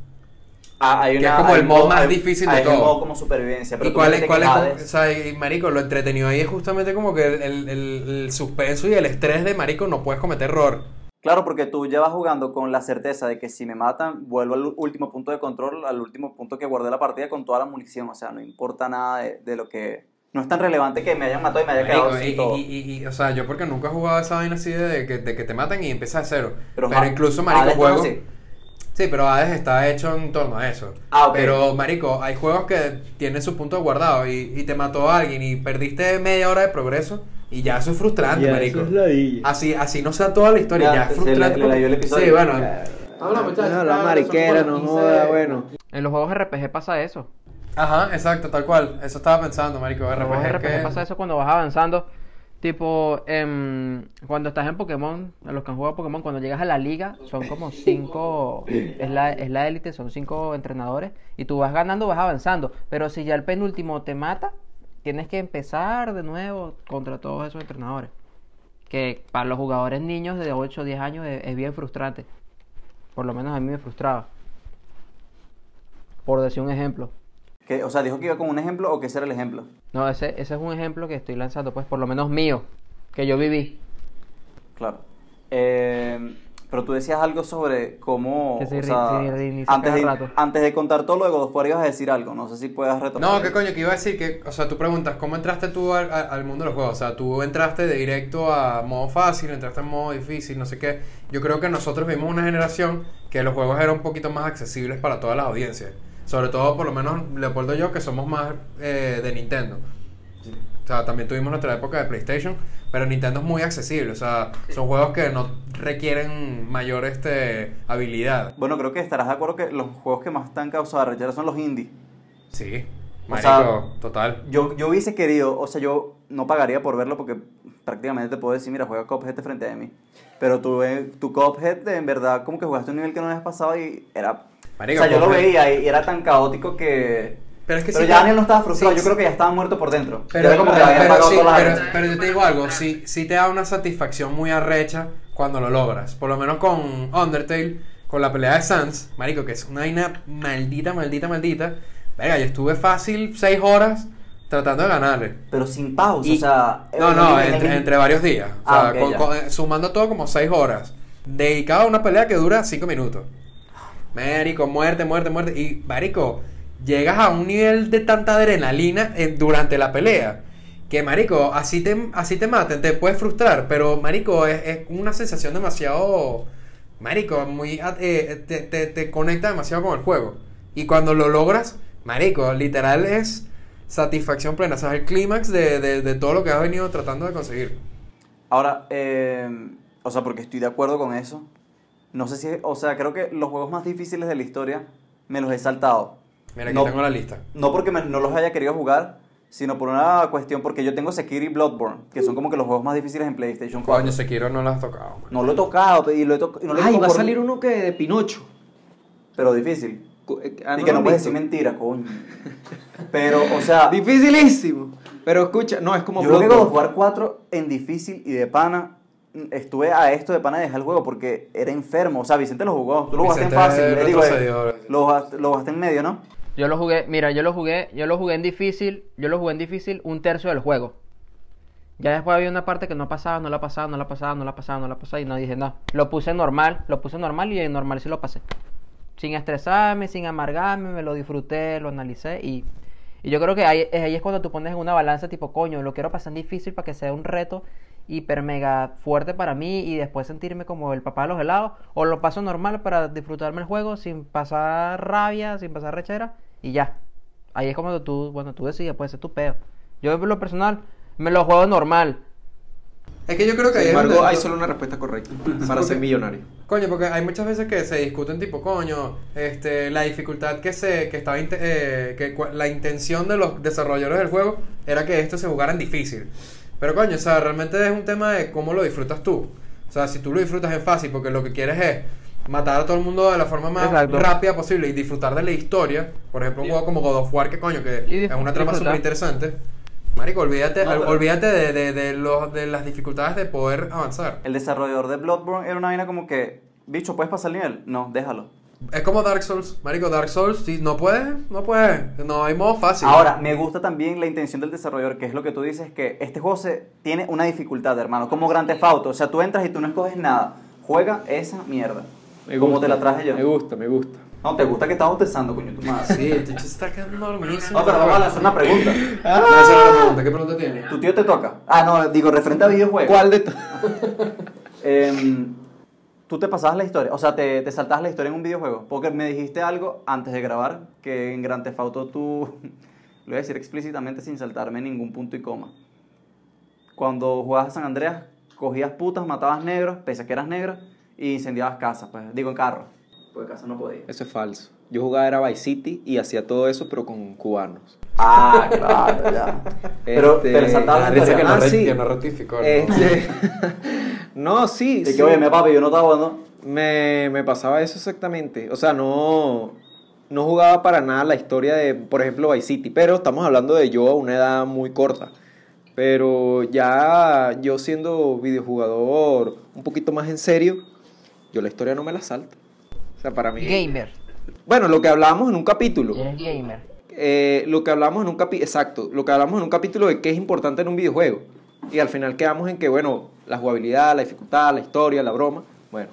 Speaker 1: Ah, hay
Speaker 3: Que
Speaker 1: una-
Speaker 3: es como
Speaker 1: hay
Speaker 3: el
Speaker 1: un
Speaker 3: modo
Speaker 1: modo-
Speaker 3: más
Speaker 1: hay-
Speaker 3: difícil de
Speaker 1: hay un
Speaker 3: todo.
Speaker 1: modo como supervivencia. Pero
Speaker 3: ¿Y
Speaker 1: tú
Speaker 3: cuál
Speaker 1: no
Speaker 3: es,
Speaker 1: te
Speaker 3: cuál es,
Speaker 1: quejas.
Speaker 3: o sea, y, marico, lo entretenido ahí es justamente como que el, el- el- el suspenso y el estrés de marico no puedes cometer error.
Speaker 1: Claro, porque tú ya vas jugando con la certeza de que si me matan, vuelvo al último punto de control, al último punto que guardé la partida con toda la munición. O sea, no importa nada de, de lo que... No es tan relevante que me hayan matado y me haya
Speaker 3: Marico,
Speaker 1: quedado
Speaker 3: y,
Speaker 1: sin todo.
Speaker 3: y- y- y- o sea, yo porque nunca he jugado esa vaina así de, que, de que te matan y empiezas de cero. Pero,
Speaker 1: ajá, ah,
Speaker 3: incluso,
Speaker 1: Hades
Speaker 3: marico,
Speaker 1: no es
Speaker 3: juego...
Speaker 1: así.
Speaker 3: Sí, pero Hades está hecho en torno a eso.
Speaker 1: Ah, ok.
Speaker 3: Pero, marico, hay juegos que tienen su punto guardado y, y te mató a alguien y perdiste media hora de progreso y ya eso es frustrante, marico. Así, así no sea toda la historia,
Speaker 1: Ya,
Speaker 3: ya, es
Speaker 1: se
Speaker 3: frustrante.
Speaker 1: le- le leyó el episodio.
Speaker 3: Sí, bueno.
Speaker 5: Habla, muchachos.
Speaker 2: No, la
Speaker 5: Habla,
Speaker 2: mariquera,
Speaker 5: son
Speaker 2: no
Speaker 5: como
Speaker 2: joda,
Speaker 5: 15.
Speaker 2: bueno.
Speaker 4: En los juegos RPG pasa eso.
Speaker 3: Ajá, exacto, tal cual. Eso estaba pensando, marico.
Speaker 4: En los juegos
Speaker 3: RPG,
Speaker 4: RPG
Speaker 3: que-
Speaker 4: pasa eso cuando vas avanzando. Tipo, em, cuando estás en Pokémon, a los que han jugado Pokémon, cuando llegas a la liga, son como cinco, es la, es la élite, son cinco entrenadores, y tú vas ganando, vas avanzando. Pero si ya el penúltimo te mata, tienes que empezar de nuevo contra todos esos entrenadores. Que para los jugadores niños de 8 o 10 años es, es bien frustrante. Por lo menos a mí me frustraba. Por decir un ejemplo.
Speaker 1: Que, o sea, dijo que iba con un ejemplo o que ese era el ejemplo.
Speaker 4: No, ese, ese es un ejemplo que estoy lanzando, pues por lo menos mío, que yo viví.
Speaker 1: Claro. Eh, pero tú decías algo sobre cómo...
Speaker 4: Que se
Speaker 1: o
Speaker 4: re-
Speaker 1: sea,
Speaker 4: se reinicia
Speaker 1: antes,
Speaker 4: cada
Speaker 1: de,
Speaker 4: rato.
Speaker 1: antes de contar todo lo de God of War ibas a decir algo. No sé si puedas retomar.
Speaker 3: No, qué coño, que iba a decir que, o sea, tú preguntas, ¿cómo entraste tú al, al- al mundo de los juegos? O sea, tú entraste de directo a modo fácil, entraste en modo difícil, no sé qué. Yo creo que nosotros vimos una generación que los juegos eran un poquito más accesibles para todas las audiencias. Sobre todo, por lo menos, Leopoldo y yo, que somos más eh, de Nintendo. O sea, también tuvimos nuestra época de PlayStation, pero Nintendo es muy accesible. O sea, son juegos que no requieren mayor este, habilidad.
Speaker 1: Bueno, creo que estarás de acuerdo que los juegos que más están causando rechera son los indie.
Speaker 3: Sí,
Speaker 1: O sea,
Speaker 3: marico, total.
Speaker 1: Yo, yo hubiese querido, o sea, yo no pagaría por verlo porque prácticamente te puedo decir, mira, juega Cuphead de frente de mí. Pero tu, eh, tu Cuphead, en verdad, como que jugaste un nivel que no habías pasado y era... o
Speaker 3: Marico,
Speaker 1: sea, yo lo
Speaker 3: Cuphead-
Speaker 1: veía y, y era tan caótico que...
Speaker 3: Pero es que sí,
Speaker 1: ya Daniel no estaba
Speaker 3: sí,
Speaker 1: frustrado, yo
Speaker 3: sí.
Speaker 1: creo que ya estaba muerto por dentro.
Speaker 3: Pero,
Speaker 1: Era como que
Speaker 3: pero-
Speaker 1: había
Speaker 3: pero
Speaker 1: pagado
Speaker 3: sí,
Speaker 1: todas las
Speaker 3: pero-
Speaker 1: armas.
Speaker 3: pero yo te digo algo, sí, sí te da una satisfacción muy arrecha cuando lo logras. Por lo menos con Undertale, con la pelea de Sans, marico, que es una vaina maldita, maldita, maldita. Venga, yo estuve fácil seis horas tratando de ganarle.
Speaker 1: Pero sin pausa,
Speaker 3: Y-
Speaker 1: o sea...
Speaker 3: No,
Speaker 1: en-
Speaker 3: no,
Speaker 1: en- en-
Speaker 3: entre, entre varios días. O
Speaker 1: Ah,
Speaker 3: sea,
Speaker 1: ok,
Speaker 3: con-
Speaker 1: ya.
Speaker 3: con- eh, sumando todo como seis horas. Dedicado a una pelea que dura cinco minutos. Marico, muerte, muerte, muerte. Y, marico, llegas a un nivel de tanta adrenalina eh, durante la pelea. Que, marico, así te, así te maten, te puedes frustrar. Pero, marico, es, es una sensación demasiado... Marico, muy, a- eh, te, te- te conecta demasiado con el juego. Y cuando lo logras, marico, literal es satisfacción plena. O sea, es el clímax de, de- de todo lo que has venido tratando de conseguir.
Speaker 1: Ahora, eh, o sea, porque estoy de acuerdo con eso. No sé si, o sea, creo que los juegos más difíciles de la historia me los he saltado.
Speaker 3: Mira, aquí
Speaker 1: No.
Speaker 3: tengo la lista.
Speaker 1: No porque me- no los haya querido jugar, sino por una cuestión, porque yo tengo Sekiro y Bloodborne, que son como que los juegos más difíciles en PlayStation 4.
Speaker 3: Coño, Sekiro no la has tocado. man.
Speaker 1: No lo he tocado, y lo he tocado. No lo he
Speaker 2: Ay,
Speaker 1: tocado
Speaker 2: va a
Speaker 1: por-
Speaker 2: salir uno que de Pinocho.
Speaker 1: Pero difícil.
Speaker 2: Co- eh, ah,
Speaker 1: y que
Speaker 2: lo
Speaker 1: no
Speaker 2: han
Speaker 1: puedes
Speaker 2: visto.
Speaker 1: decir mentira, coño. Pero, o sea, yo
Speaker 2: Dificilísimo. Pero escucha, no, es como
Speaker 1: creo que God of
Speaker 2: Bloodborne.
Speaker 1: War 4 en difícil y de pana. mm, Estuve a esto de pana de dejar el juego porque era enfermo. O sea, Vicente lo jugó. Tú lo jugaste en
Speaker 3: Vicente
Speaker 1: fácil. eh, digo, eh,
Speaker 3: retrocedió.
Speaker 1: lo, jugaste, lo jugaste en medio, ¿no?
Speaker 4: Yo lo jugué, mira, yo lo jugué, yo lo jugué en difícil, yo lo jugué en difícil un tercio del juego. Ya después había una parte que no pasaba, no la pasaba, no la pasaba, no la pasaba, no la pasaba y no dije, no, lo puse normal, lo puse normal y en normal sí lo pasé. Sin estresarme, sin amargarme, me lo disfruté, lo analicé y, eh, y yo creo que ahí, ahí es cuando tú pones en una balanza tipo, coño, lo quiero pasar en difícil para que sea un reto hiper mega fuerte para mí y después sentirme como el papá de los helados o lo paso normal para disfrutarme el juego sin pasar rabia, sin pasar rechera y ya. Ahí es cuando tú, bueno, tú decides, puede ser tu peo. Yo en lo personal me lo juego normal.
Speaker 3: Es que yo creo que ahí
Speaker 2: Sin
Speaker 3: es
Speaker 2: embargo,
Speaker 3: donde-
Speaker 2: hay solo una respuesta correcta para ser millonario.
Speaker 3: Coño, porque hay muchas veces que se discuten tipo, coño, este, la dificultad que se, que estaba, inte- eh, que cua- la intención de los desarrolladores del juego era que esto se jugara en difícil. Pero coño, o sea, realmente es un tema de cómo lo disfrutas tú. O sea, si tú lo disfrutas en fácil, porque lo que quieres es matar a todo el mundo de la forma más
Speaker 4: Exacto.
Speaker 3: rápida posible y disfrutar de la historia. Por ejemplo, un juego como God of War, que coño, que
Speaker 4: Y
Speaker 3: es una
Speaker 4: disfrutar.
Speaker 3: trama súper interesante. Marico, olvídate,
Speaker 1: No, pero-
Speaker 3: olvídate de, de, de los, de las dificultades de poder avanzar.
Speaker 1: El desarrollador de Bloodborne era una vaina como que, bicho, ¿puedes pasar el nivel? No, déjalo.
Speaker 3: Es como Dark Souls, marico, Dark Souls, si no puedes, no puedes, no hay modo fácil.
Speaker 1: Ahora, me gusta también la intención del desarrollador, que es lo que tú dices, que este juego se, tiene una dificultad, hermano, como Grand Theft Auto. O sea, tú entras y tú no escoges nada. Juega esa mierda. como te la traje yo.
Speaker 2: Me gusta, me gusta.
Speaker 1: No, te gusta que estás bautizando, coño, tu madre.
Speaker 3: Sí, el chicho está quedando dormidísimo.
Speaker 1: No, pero vamos a lanzar una pregunta.
Speaker 3: Voy a hacer una pregunta, ¿qué pregunta tiene?
Speaker 1: Tu tío te toca. Ah, no, digo, referente a videojuegos.
Speaker 2: ¿Cuál de to-
Speaker 1: Em, tú te pasabas la historia, o sea, te, te saltabas la historia en un videojuego. Porque me dijiste algo antes de grabar, que en Grand Theft Auto tú, lo voy a decir explícitamente sin saltarme ningún punto y coma. Cuando jugabas a San Andreas, cogías putas, matabas negros, pese a que eras negro, y incendiabas casas, pues, digo, en carro. Porque casa no podía.
Speaker 2: Eso es falso. Yo jugaba era Vice City y hacía todo eso, pero con cubanos.
Speaker 1: Ah, claro, ya. Pero,
Speaker 2: Este,
Speaker 1: pero saltabas
Speaker 2: la
Speaker 1: la
Speaker 2: risa
Speaker 1: historia. Ah,
Speaker 2: que no-
Speaker 1: ¿no?
Speaker 2: re- sí.
Speaker 3: ratificó.
Speaker 1: Eh.
Speaker 2: Este- no, sí.
Speaker 1: Y
Speaker 2: sí.
Speaker 1: que, oye, me papi, yo no estaba jugando.
Speaker 2: Me, me pasaba eso exactamente. O sea, no, no jugaba para nada la historia de, por ejemplo, Vice City, pero estamos hablando de yo a una edad muy corta. Pero ya yo siendo videojugador un poquito más en serio, yo la historia no me la salto. O sea, para mí...
Speaker 4: Gamer.
Speaker 2: Bueno, lo que hablábamos en un capítulo.
Speaker 4: Eres gamer.
Speaker 2: eh, lo que hablamos en un capítulo, exacto, lo que hablamos en un capítulo de qué es importante en un videojuego. Y al final quedamos en que, bueno, la jugabilidad, la dificultad, la historia, la broma. Bueno,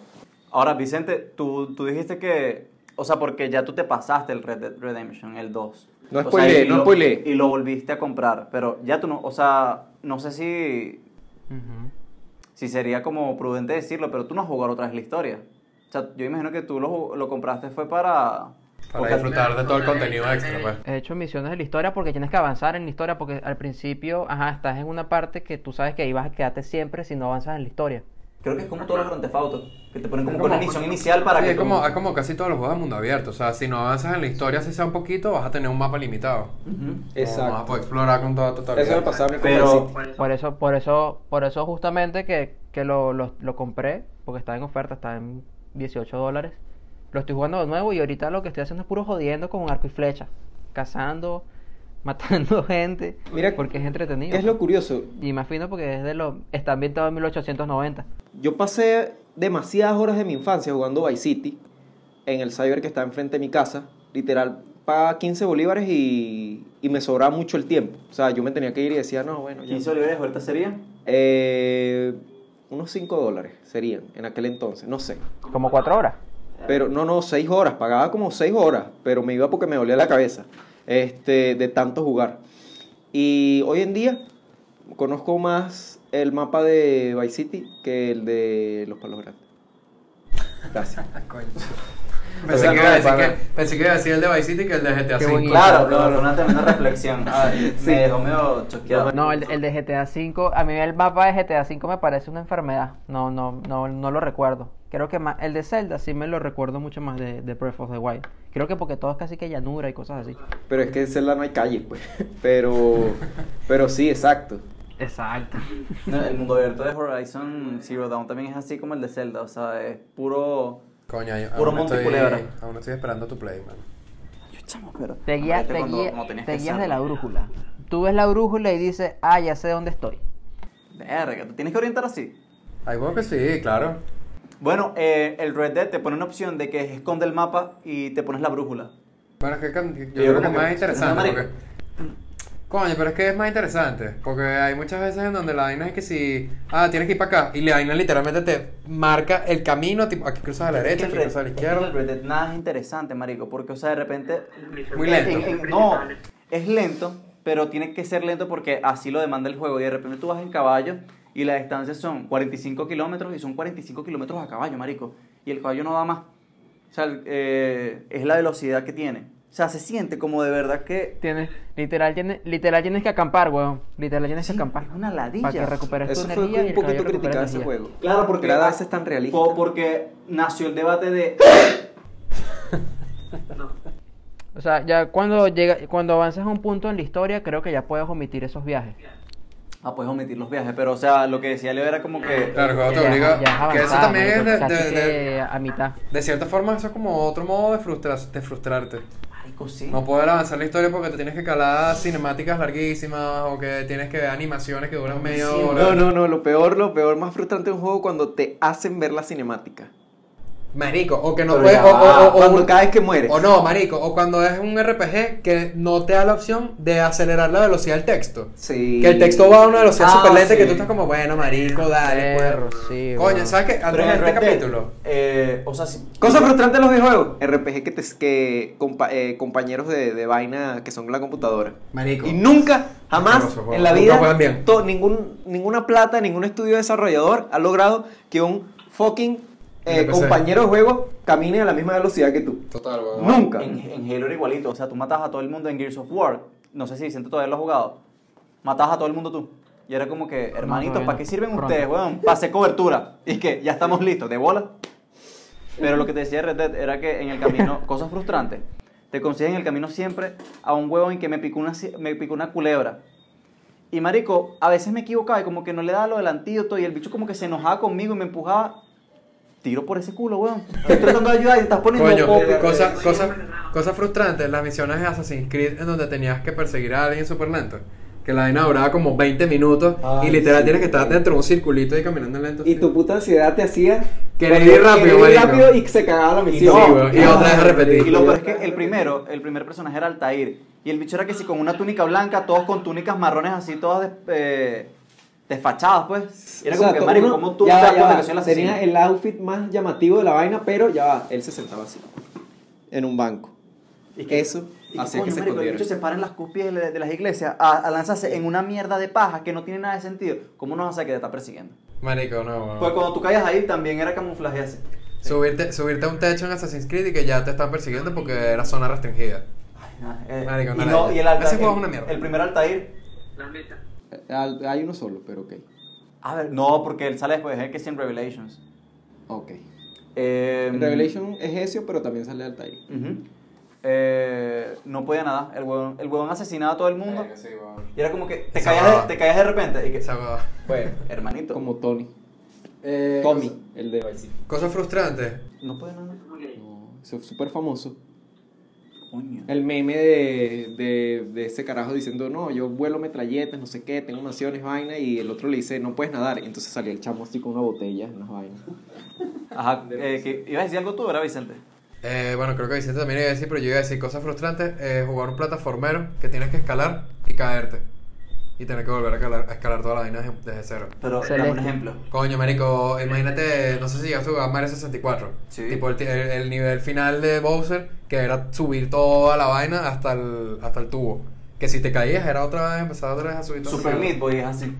Speaker 1: Ahora, Vicente, tú, tú dijiste que. O sea, porque ya tú te pasaste el Red Dead Redemption, el 2.
Speaker 2: No
Speaker 1: O sea,
Speaker 2: spoileé,
Speaker 1: y
Speaker 2: no
Speaker 1: lo-
Speaker 2: spoileé.
Speaker 1: Y lo volviste a comprar. Pero ya tú no. O sea, no sé si. Si sería como prudente decirlo, pero tú no has jugado otra vez la historia. O sea, yo imagino que tú lo, ju- lo compraste fue para.
Speaker 3: Para disfrutar de todo el contenido extra, pues.
Speaker 4: He hecho misiones de la historia porque tienes que avanzar en la historia porque al principio, ajá, estás en una parte que tú sabes que ahí vas a quedarte siempre si no avanzas en la historia.
Speaker 1: Creo que es como todos los Grand Theft Auto, que te ponen como,
Speaker 3: Como-
Speaker 1: una misión inicial para
Speaker 3: Sí,
Speaker 1: que.
Speaker 3: es
Speaker 1: tú-
Speaker 3: como, es como casi todos los juegos de mundo abierto, o sea, si no avanzas en la historia, si sea un poquito, vas a tener un mapa limitado.
Speaker 1: Ujú.
Speaker 3: No vas a poder explorar con toda totalidad.
Speaker 2: Eso me pasaba a mí con Vice
Speaker 1: Pero.
Speaker 2: City.
Speaker 4: Por eso, por eso, por eso justamente que, que lo, lo, lo compré, porque estaba en oferta, estaba en 18 dólares. Lo estoy jugando de nuevo y ahorita lo que estoy haciendo es puro jodiendo con arco y flecha. Cazando, matando gente.
Speaker 2: Mira,
Speaker 4: porque es entretenido.
Speaker 2: ¿Qué es lo curioso?
Speaker 4: Y más fino porque es de lo, está ambientado en 1890.
Speaker 2: Yo pasé demasiadas horas de mi infancia jugando Vice City en el cyber que está enfrente de mi casa. Literal, pagaba 15 bolívares y, y me sobraba mucho el tiempo. O sea, yo me tenía que ir y decía, no, bueno, ya.
Speaker 1: 15 olivares ahorita sería.
Speaker 2: Eh, unos 5 dólares serían en aquel entonces, no sé.
Speaker 4: Como cuatro horas.
Speaker 2: Pero no, no, 6 horas, pagaba como 6 horas, pero me iba porque me dolía la cabeza este, de tanto jugar. Y hoy en día conozco más el mapa de Vice City que el de Los Palos Grandes. Gracias.
Speaker 3: Ah, coño.
Speaker 2: O
Speaker 3: Pensé
Speaker 2: sea,
Speaker 3: que
Speaker 2: no,
Speaker 3: iba a decir
Speaker 2: para-
Speaker 3: que- pensé que iba a decir el de Vice City que el de GTA
Speaker 4: Qué
Speaker 3: V.
Speaker 4: buen
Speaker 1: Claro, pero fue una tremenda reflexión. Ay,
Speaker 2: Sí.
Speaker 1: Me dejó medio choqueado.
Speaker 4: No, el, el de GTA V, a mí el mapa de GTA V me parece una enfermedad. No, no, no, no lo recuerdo. Creo que más, el de Zelda sí me lo recuerdo mucho más de, de Breath of the Wild. Creo que porque todo es casi que llanura y cosas así.
Speaker 2: Pero es que en Zelda no hay calle, pues. Pero, pero sí, exacto.
Speaker 4: Exacto.
Speaker 1: No, el mundo abierto de Horizon Zero Dawn también es así como el de Zelda, o sea, es puro...
Speaker 3: Coño, yo-
Speaker 1: Puro
Speaker 3: aún
Speaker 1: Monte
Speaker 3: estoy,
Speaker 1: Culebra.
Speaker 3: aún estoy esperando tu play, man.
Speaker 1: Yo chamo, pero...
Speaker 4: Te guías,
Speaker 1: Imagínate
Speaker 4: te
Speaker 1: cuando-
Speaker 4: guía-
Speaker 1: como tenías
Speaker 4: te
Speaker 1: que
Speaker 4: guías
Speaker 1: ser.
Speaker 4: de la brújula. Tú ves la brújula y dices, ah, ya sé dónde estoy.
Speaker 1: Verga, te tienes que orientar así.
Speaker 3: Hay juegos que sí, claro.
Speaker 1: Bueno, eh, el Red Dead te pone una opción de que esconde el mapa y te pones la brújula.
Speaker 3: Bueno, es que can- yo,
Speaker 1: Yo
Speaker 3: creo que
Speaker 1: como
Speaker 3: es
Speaker 1: que-
Speaker 3: más interesante.
Speaker 1: no,
Speaker 3: porque- Coño, pero es que es más interesante. Porque hay muchas veces en donde la vaina es que si. Ah, tienes que ir para acá. Y la vaina literalmente te marca el camino. Tipo, aquí cruzas a la derecha,
Speaker 1: Es
Speaker 3: aquí
Speaker 1: que el
Speaker 3: cruzas a la
Speaker 1: Red- es que
Speaker 3: izquierda.
Speaker 1: El Red Dead nada es interesante, marico, porque, o sea, de repente...
Speaker 3: Muy
Speaker 1: en-
Speaker 3: lento.
Speaker 1: en- en- no, es lento, pero tiene que ser lento porque así lo demanda el juego. Y de repente tú vas en caballo Y las distancias son 45 kilómetros y son 45 kilómetros a caballo, marico. Y el caballo no da más. O sea, el- eh, es la velocidad que tiene. O sea, se siente como de verdad que...
Speaker 4: Tienes, literal, tienes, literal tienes que acampar, weón. Literal tienes
Speaker 1: Sí,
Speaker 4: que acampar.
Speaker 1: es una ladilla.
Speaker 4: Para que recuperes tu
Speaker 2: Eso fue
Speaker 4: energía y
Speaker 2: un
Speaker 4: el
Speaker 2: poquito
Speaker 4: caballo recupera
Speaker 2: criticado ese
Speaker 4: energía.
Speaker 2: juego.
Speaker 1: Claro, porque
Speaker 2: Pero a
Speaker 1: la-
Speaker 2: veces tan realista.
Speaker 1: Po- Porque nació el debate de...
Speaker 4: O sea, ya cuando llega, cuando avanzas a un punto en la historia, creo que ya puedes omitir esos viajes.
Speaker 1: Ah, puedes omitir los viajes, pero o sea, lo que decía Leo era como que...
Speaker 3: Claro, el juego
Speaker 4: Que
Speaker 3: te
Speaker 4: ya-
Speaker 3: obliga.
Speaker 4: ya has
Speaker 3: que eso
Speaker 4: avanzado,
Speaker 3: también es de,
Speaker 4: marico,
Speaker 3: de-
Speaker 4: casi
Speaker 3: de-
Speaker 4: que a mitad.
Speaker 3: de cierta forma, eso es como otro modo de, frustra- de frustrarte.
Speaker 1: Marico, sí.
Speaker 3: No poder avanzar la historia porque te tienes que calar cinemáticas larguísimas o que tienes que ver animaciones que duran media hora.
Speaker 2: No, no, no, lo peor, lo peor, más frustrante de un juego cuando te hacen ver la cinemática.
Speaker 3: Marico, o que no
Speaker 1: Pero
Speaker 3: puedes.
Speaker 1: ya
Speaker 3: O,
Speaker 1: va,
Speaker 3: o- o- o
Speaker 2: cuando
Speaker 3: un-
Speaker 2: cada vez que mueres.
Speaker 3: o no, marico. O cuando es un RPG que no te da la opción de acelerar la velocidad del texto.
Speaker 2: Sí.
Speaker 3: Que el texto va a una velocidad
Speaker 1: Ah,
Speaker 3: súper lenta y que
Speaker 1: sí.
Speaker 3: tú estás como, bueno, marico, dale,
Speaker 4: Perro,
Speaker 3: perro.
Speaker 4: sí,
Speaker 3: Coño,
Speaker 4: weón.
Speaker 3: ¿sabes qué?
Speaker 1: Pero
Speaker 3: Antes de
Speaker 1: en
Speaker 3: este
Speaker 1: Red Dead,
Speaker 3: capítulo.
Speaker 1: eh, o sea, si-
Speaker 2: Cosa frustrante de los videojuegos. RPG que te que compa- eh, compañeros de, de vaina que son la computadora.
Speaker 3: Marico.
Speaker 2: Y nunca, jamás
Speaker 3: Asqueroso,
Speaker 2: en la
Speaker 3: nunca
Speaker 2: vida,
Speaker 3: juegan bien.
Speaker 2: to- ningún, ninguna plata, ningún estudio desarrollador ha logrado que un fucking eh,
Speaker 3: NPC.
Speaker 2: compañero de juego camine a la misma velocidad que tú.
Speaker 3: Total, weón.
Speaker 2: Nunca.
Speaker 1: En, en Halo era igualito. O sea, tú matabas a todo el mundo en Gears of War. No sé si Vicente todavía lo ha jugado. Matabas a todo el mundo tú. Y era como que, hermanito,
Speaker 4: todavía
Speaker 1: ¿para
Speaker 4: no.
Speaker 1: qué sirven
Speaker 4: Pronto.
Speaker 1: ustedes, weón? Para hacer cobertura. Y que ya estamos listos, de bola. Pero lo que te decía Red Dead era que en el camino, cosas frustrantes, te consiguen en el camino siempre a un huevo en que me picó una, ci- me picó una culebra. Y marico, a veces me equivocaba y como que no le daba lo del antídoto y el bicho como que se enojaba conmigo y me empujaba. Tiro por ese culo, weón. Estoy tratando de ayudar y te estás poniendo
Speaker 3: Coño,
Speaker 1: poco.
Speaker 3: cosa, cosa, cosa frustrante, las misiones de Assassin's Creed en donde tenías que perseguir a alguien súper lento. Que la vaina duraba como 20 minutos
Speaker 2: Ay,
Speaker 3: y literal
Speaker 2: sí.
Speaker 3: tienes que estar dentro de un circulito y caminando lento.
Speaker 2: Y tu puta ansiedad te hacía
Speaker 3: Querer
Speaker 2: querer-
Speaker 3: ir rápido,
Speaker 2: querer ir
Speaker 3: marico.
Speaker 2: rápido y se cagaba la misión.
Speaker 3: sí, weón, y otra vez repetir.
Speaker 1: Y lo peor es que el primero, el primer personaje era Altair. Y el bicho era que sí, con una túnica blanca, todos con túnicas marrones así, todas des- eh, desfachadas, pues. Y era
Speaker 2: O
Speaker 1: como
Speaker 2: sea,
Speaker 1: que, marico,
Speaker 2: uno-
Speaker 1: ¿cómo tú
Speaker 2: ya
Speaker 1: te
Speaker 2: va,
Speaker 1: das
Speaker 2: ya
Speaker 1: cuenta
Speaker 2: va.
Speaker 1: que soy el asesino?
Speaker 2: Tenía el outfit más llamativo de la vaina, pero ya va, él se sentaba así, en un banco.
Speaker 1: Y que-
Speaker 2: Eso
Speaker 1: y coño,
Speaker 2: hacía que se
Speaker 1: marico, el
Speaker 2: escondiera.
Speaker 1: bicho se para en las cúspides de, de las iglesias a, a lanzarse en una mierda de paja que no tiene nada de sentido. ¿Cómo nos hace que te está persiguiendo?
Speaker 3: Marico, no, weón.
Speaker 1: Pues cuando tú caías ahí también era camuflajearse.
Speaker 3: Subirte, subirte a un techo en Assassin's Creed y que ya te están persiguiendo porque era zona restringida.
Speaker 1: Ay, nada, eh,
Speaker 3: Marico, no
Speaker 1: y,
Speaker 3: la-
Speaker 1: no, y el Altair.
Speaker 3: ese juego es una mierda.
Speaker 1: El primer Altair.
Speaker 2: Al- Hay uno solo, pero ok.
Speaker 1: A ver, no, porque él sale después, es el que es en Revelations.
Speaker 2: Ok. Mm.
Speaker 1: Eh,
Speaker 2: Revelation es Ezio, pero también sale Altair.
Speaker 1: Ujú. Eh, no podía nada. El huevón, el huevón asesinaba a todo el mundo. Y era como que te
Speaker 3: Esa
Speaker 1: caías,
Speaker 3: huevada.
Speaker 1: de, te caías de repente. Y que,
Speaker 3: Esa huevada.
Speaker 1: pues, hermanito.
Speaker 2: Como Tony.
Speaker 3: Eh,
Speaker 2: Tommy, el de Vice City.
Speaker 3: Cosa frustrante.
Speaker 1: No podía nada.
Speaker 2: No, ese es súper famoso.
Speaker 1: Coño.
Speaker 2: El meme de, de, de ese carajo diciendo, no, yo vuelo metralletas, no sé qué, tengo mansiones, vaina, y el otro le dice, no puedes nadar. Y entonces salió el chamo así con una botella, unas vainas.
Speaker 1: Ajá. eh, que- ¿Ibas a decir algo tú, era Vicente?
Speaker 3: Eh, bueno, creo que Vicente también iba a decir, pero yo iba a decir cosas frustrantes. eh, jugar un plataformero que tienes que escalar y caerte. Y tener que volver a escalar, a escalar toda la vaina desde- desde cero.
Speaker 1: Pero
Speaker 4: Celeste.
Speaker 1: dame un ejemplo.
Speaker 3: Coño, marico, imagínate, no sé si llegaste a jugar Mario 64.
Speaker 1: Sí.
Speaker 3: Tipo el, ti- el- el nivel final de Bowser, que era subir toda la vaina hasta el, hasta el tubo. Que si te caías era otra vez, empezar otra vez a subir todo.
Speaker 1: Super Meat Boy es así.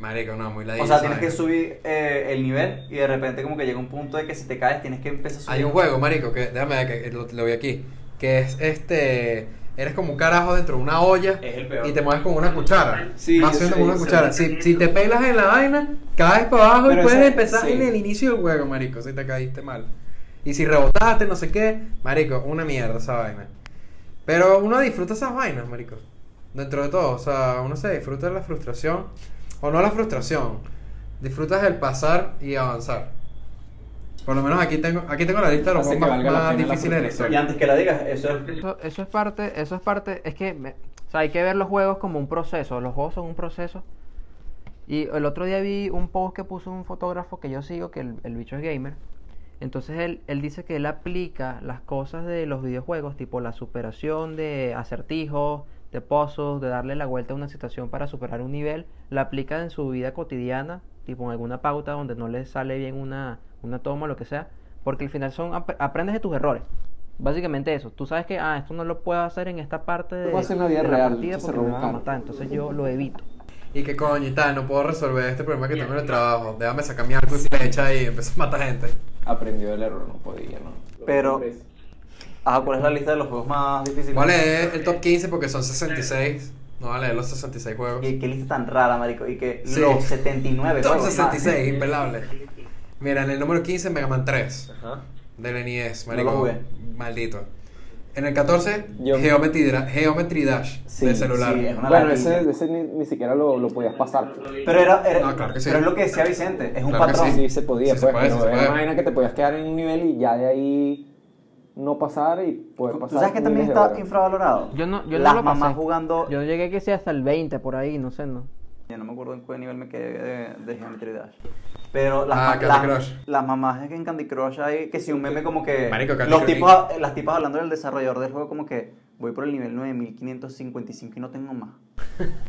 Speaker 3: Marico, no, muy ladilla.
Speaker 1: O sea,
Speaker 3: esa
Speaker 1: tienes que
Speaker 3: vaina.
Speaker 1: subir eh, el nivel y de repente como que llega un punto de que si te caes tienes que empezar a subir.
Speaker 3: Hay un juego, marico, que déjame ver que lo, lo vi aquí. Que es este. Eres como un carajo dentro de una olla
Speaker 1: Es el peor.
Speaker 3: y te mueves con una cuchara.
Speaker 2: Sí,
Speaker 3: Vas subiendo
Speaker 2: sí,
Speaker 3: con una
Speaker 2: sí.
Speaker 3: cuchara. Si, si te pelas en la vaina, caes para abajo
Speaker 2: Pero
Speaker 3: y puedes
Speaker 2: esa-
Speaker 3: empezar
Speaker 2: sí.
Speaker 3: en el inicio del juego, marico, si te caíste mal. Y si rebotaste, no sé qué, marico, una mierda esa vaina. Pero uno disfruta esas vainas, marico. Dentro de todo, o sea, uno se disfruta de la frustración. O no la frustración. Disfrutas el pasar y avanzar. Por lo menos aquí tengo, aquí tengo la lista de los
Speaker 2: Hace
Speaker 3: juegos
Speaker 2: que
Speaker 3: más,
Speaker 2: valga la
Speaker 3: más
Speaker 2: pena la
Speaker 3: difíciles de la
Speaker 1: Y
Speaker 3: historia.
Speaker 1: antes que la digas, eso es...
Speaker 4: Eso, eso es parte, eso es parte, es que me- o sea, hay que ver los juegos como un proceso, los juegos son un proceso. Y el otro día vi un post que puso un fotógrafo que yo sigo, que el, el bicho es gamer. Entonces él, él dice que él aplica las cosas de los videojuegos, tipo la superación de acertijos, de pozos, de darle la vuelta a una situación para superar un nivel, la aplica en su vida cotidiana, tipo en alguna pauta donde no le sale bien una, una toma o lo que sea, porque al final son ap- aprendes de tus errores. Básicamente eso, tú sabes que ah, esto no lo puedo hacer en esta parte de,
Speaker 2: puedo hacer en la vida
Speaker 4: de
Speaker 2: real,
Speaker 4: partida
Speaker 2: esto se
Speaker 4: porque me van a
Speaker 2: rebuscaron.
Speaker 4: matar, entonces yo lo evito.
Speaker 3: y que coño y tal, no puedo resolver este problema que
Speaker 4: Bien,
Speaker 3: tengo en el
Speaker 4: no.
Speaker 3: trabajo. Déjame sacar mi arco y flecha y empiezo a matar gente.
Speaker 2: Aprendió el error, no podía, ¿no?
Speaker 1: Pero, ajá, ¿cuál es la lista de los juegos más difíciles?
Speaker 3: Voy a leer el top 15 porque son 66. No voy a leer los 66 juegos.
Speaker 1: ¿Qué, qué lista tan rara, marico? Y que
Speaker 3: Sí.
Speaker 1: los 79
Speaker 3: Top
Speaker 1: juegos más.
Speaker 3: 66, impelable. Mira, en el número 15, Mega Man 3
Speaker 2: Ajá.
Speaker 3: del NES,
Speaker 1: No lo
Speaker 3: marico.
Speaker 1: jugué.
Speaker 3: maldito. En el 14,
Speaker 2: Yo-
Speaker 3: Geometry, Dra- Geometry Dash
Speaker 1: Sí,
Speaker 3: de celular.
Speaker 1: sí, es una
Speaker 2: Bueno,
Speaker 1: latilla.
Speaker 2: ese, ese ni, ni siquiera lo, lo podías pasar.
Speaker 1: Pero era, era-
Speaker 3: No, claro que sí.
Speaker 1: pero es lo que decía Vicente, es un
Speaker 3: Claro que
Speaker 1: patrón.
Speaker 2: Sí, se podía,
Speaker 3: Sí se
Speaker 2: pues.
Speaker 3: puede,
Speaker 2: pero
Speaker 3: sí se
Speaker 2: era
Speaker 3: puede.
Speaker 2: una vaina que te podías quedar en un nivel y ya de ahí no pasar y poder
Speaker 1: ¿Tú
Speaker 2: pasar.
Speaker 1: sabes que también
Speaker 2: miles de
Speaker 1: está
Speaker 2: horas.
Speaker 1: infravalorado?
Speaker 4: Yo no, yo
Speaker 1: Las
Speaker 4: no lo pasé.
Speaker 1: mamás jugando...
Speaker 4: Yo llegué que sea hasta el 20 por ahí, no sé, no.
Speaker 1: Ya no me acuerdo en qué nivel me quedé de, de Geometry Dash. Pero las,
Speaker 3: Ah,
Speaker 1: ma-
Speaker 3: Candy
Speaker 1: las-
Speaker 3: Crush.
Speaker 1: las mamás es que en Candy Crush hay que si un meme como que
Speaker 3: Marico, Candy
Speaker 1: los
Speaker 3: Crush.
Speaker 1: tipos, a- las tipas hablando del desarrollador del juego como que voy por el nivel 9555 y no tengo más.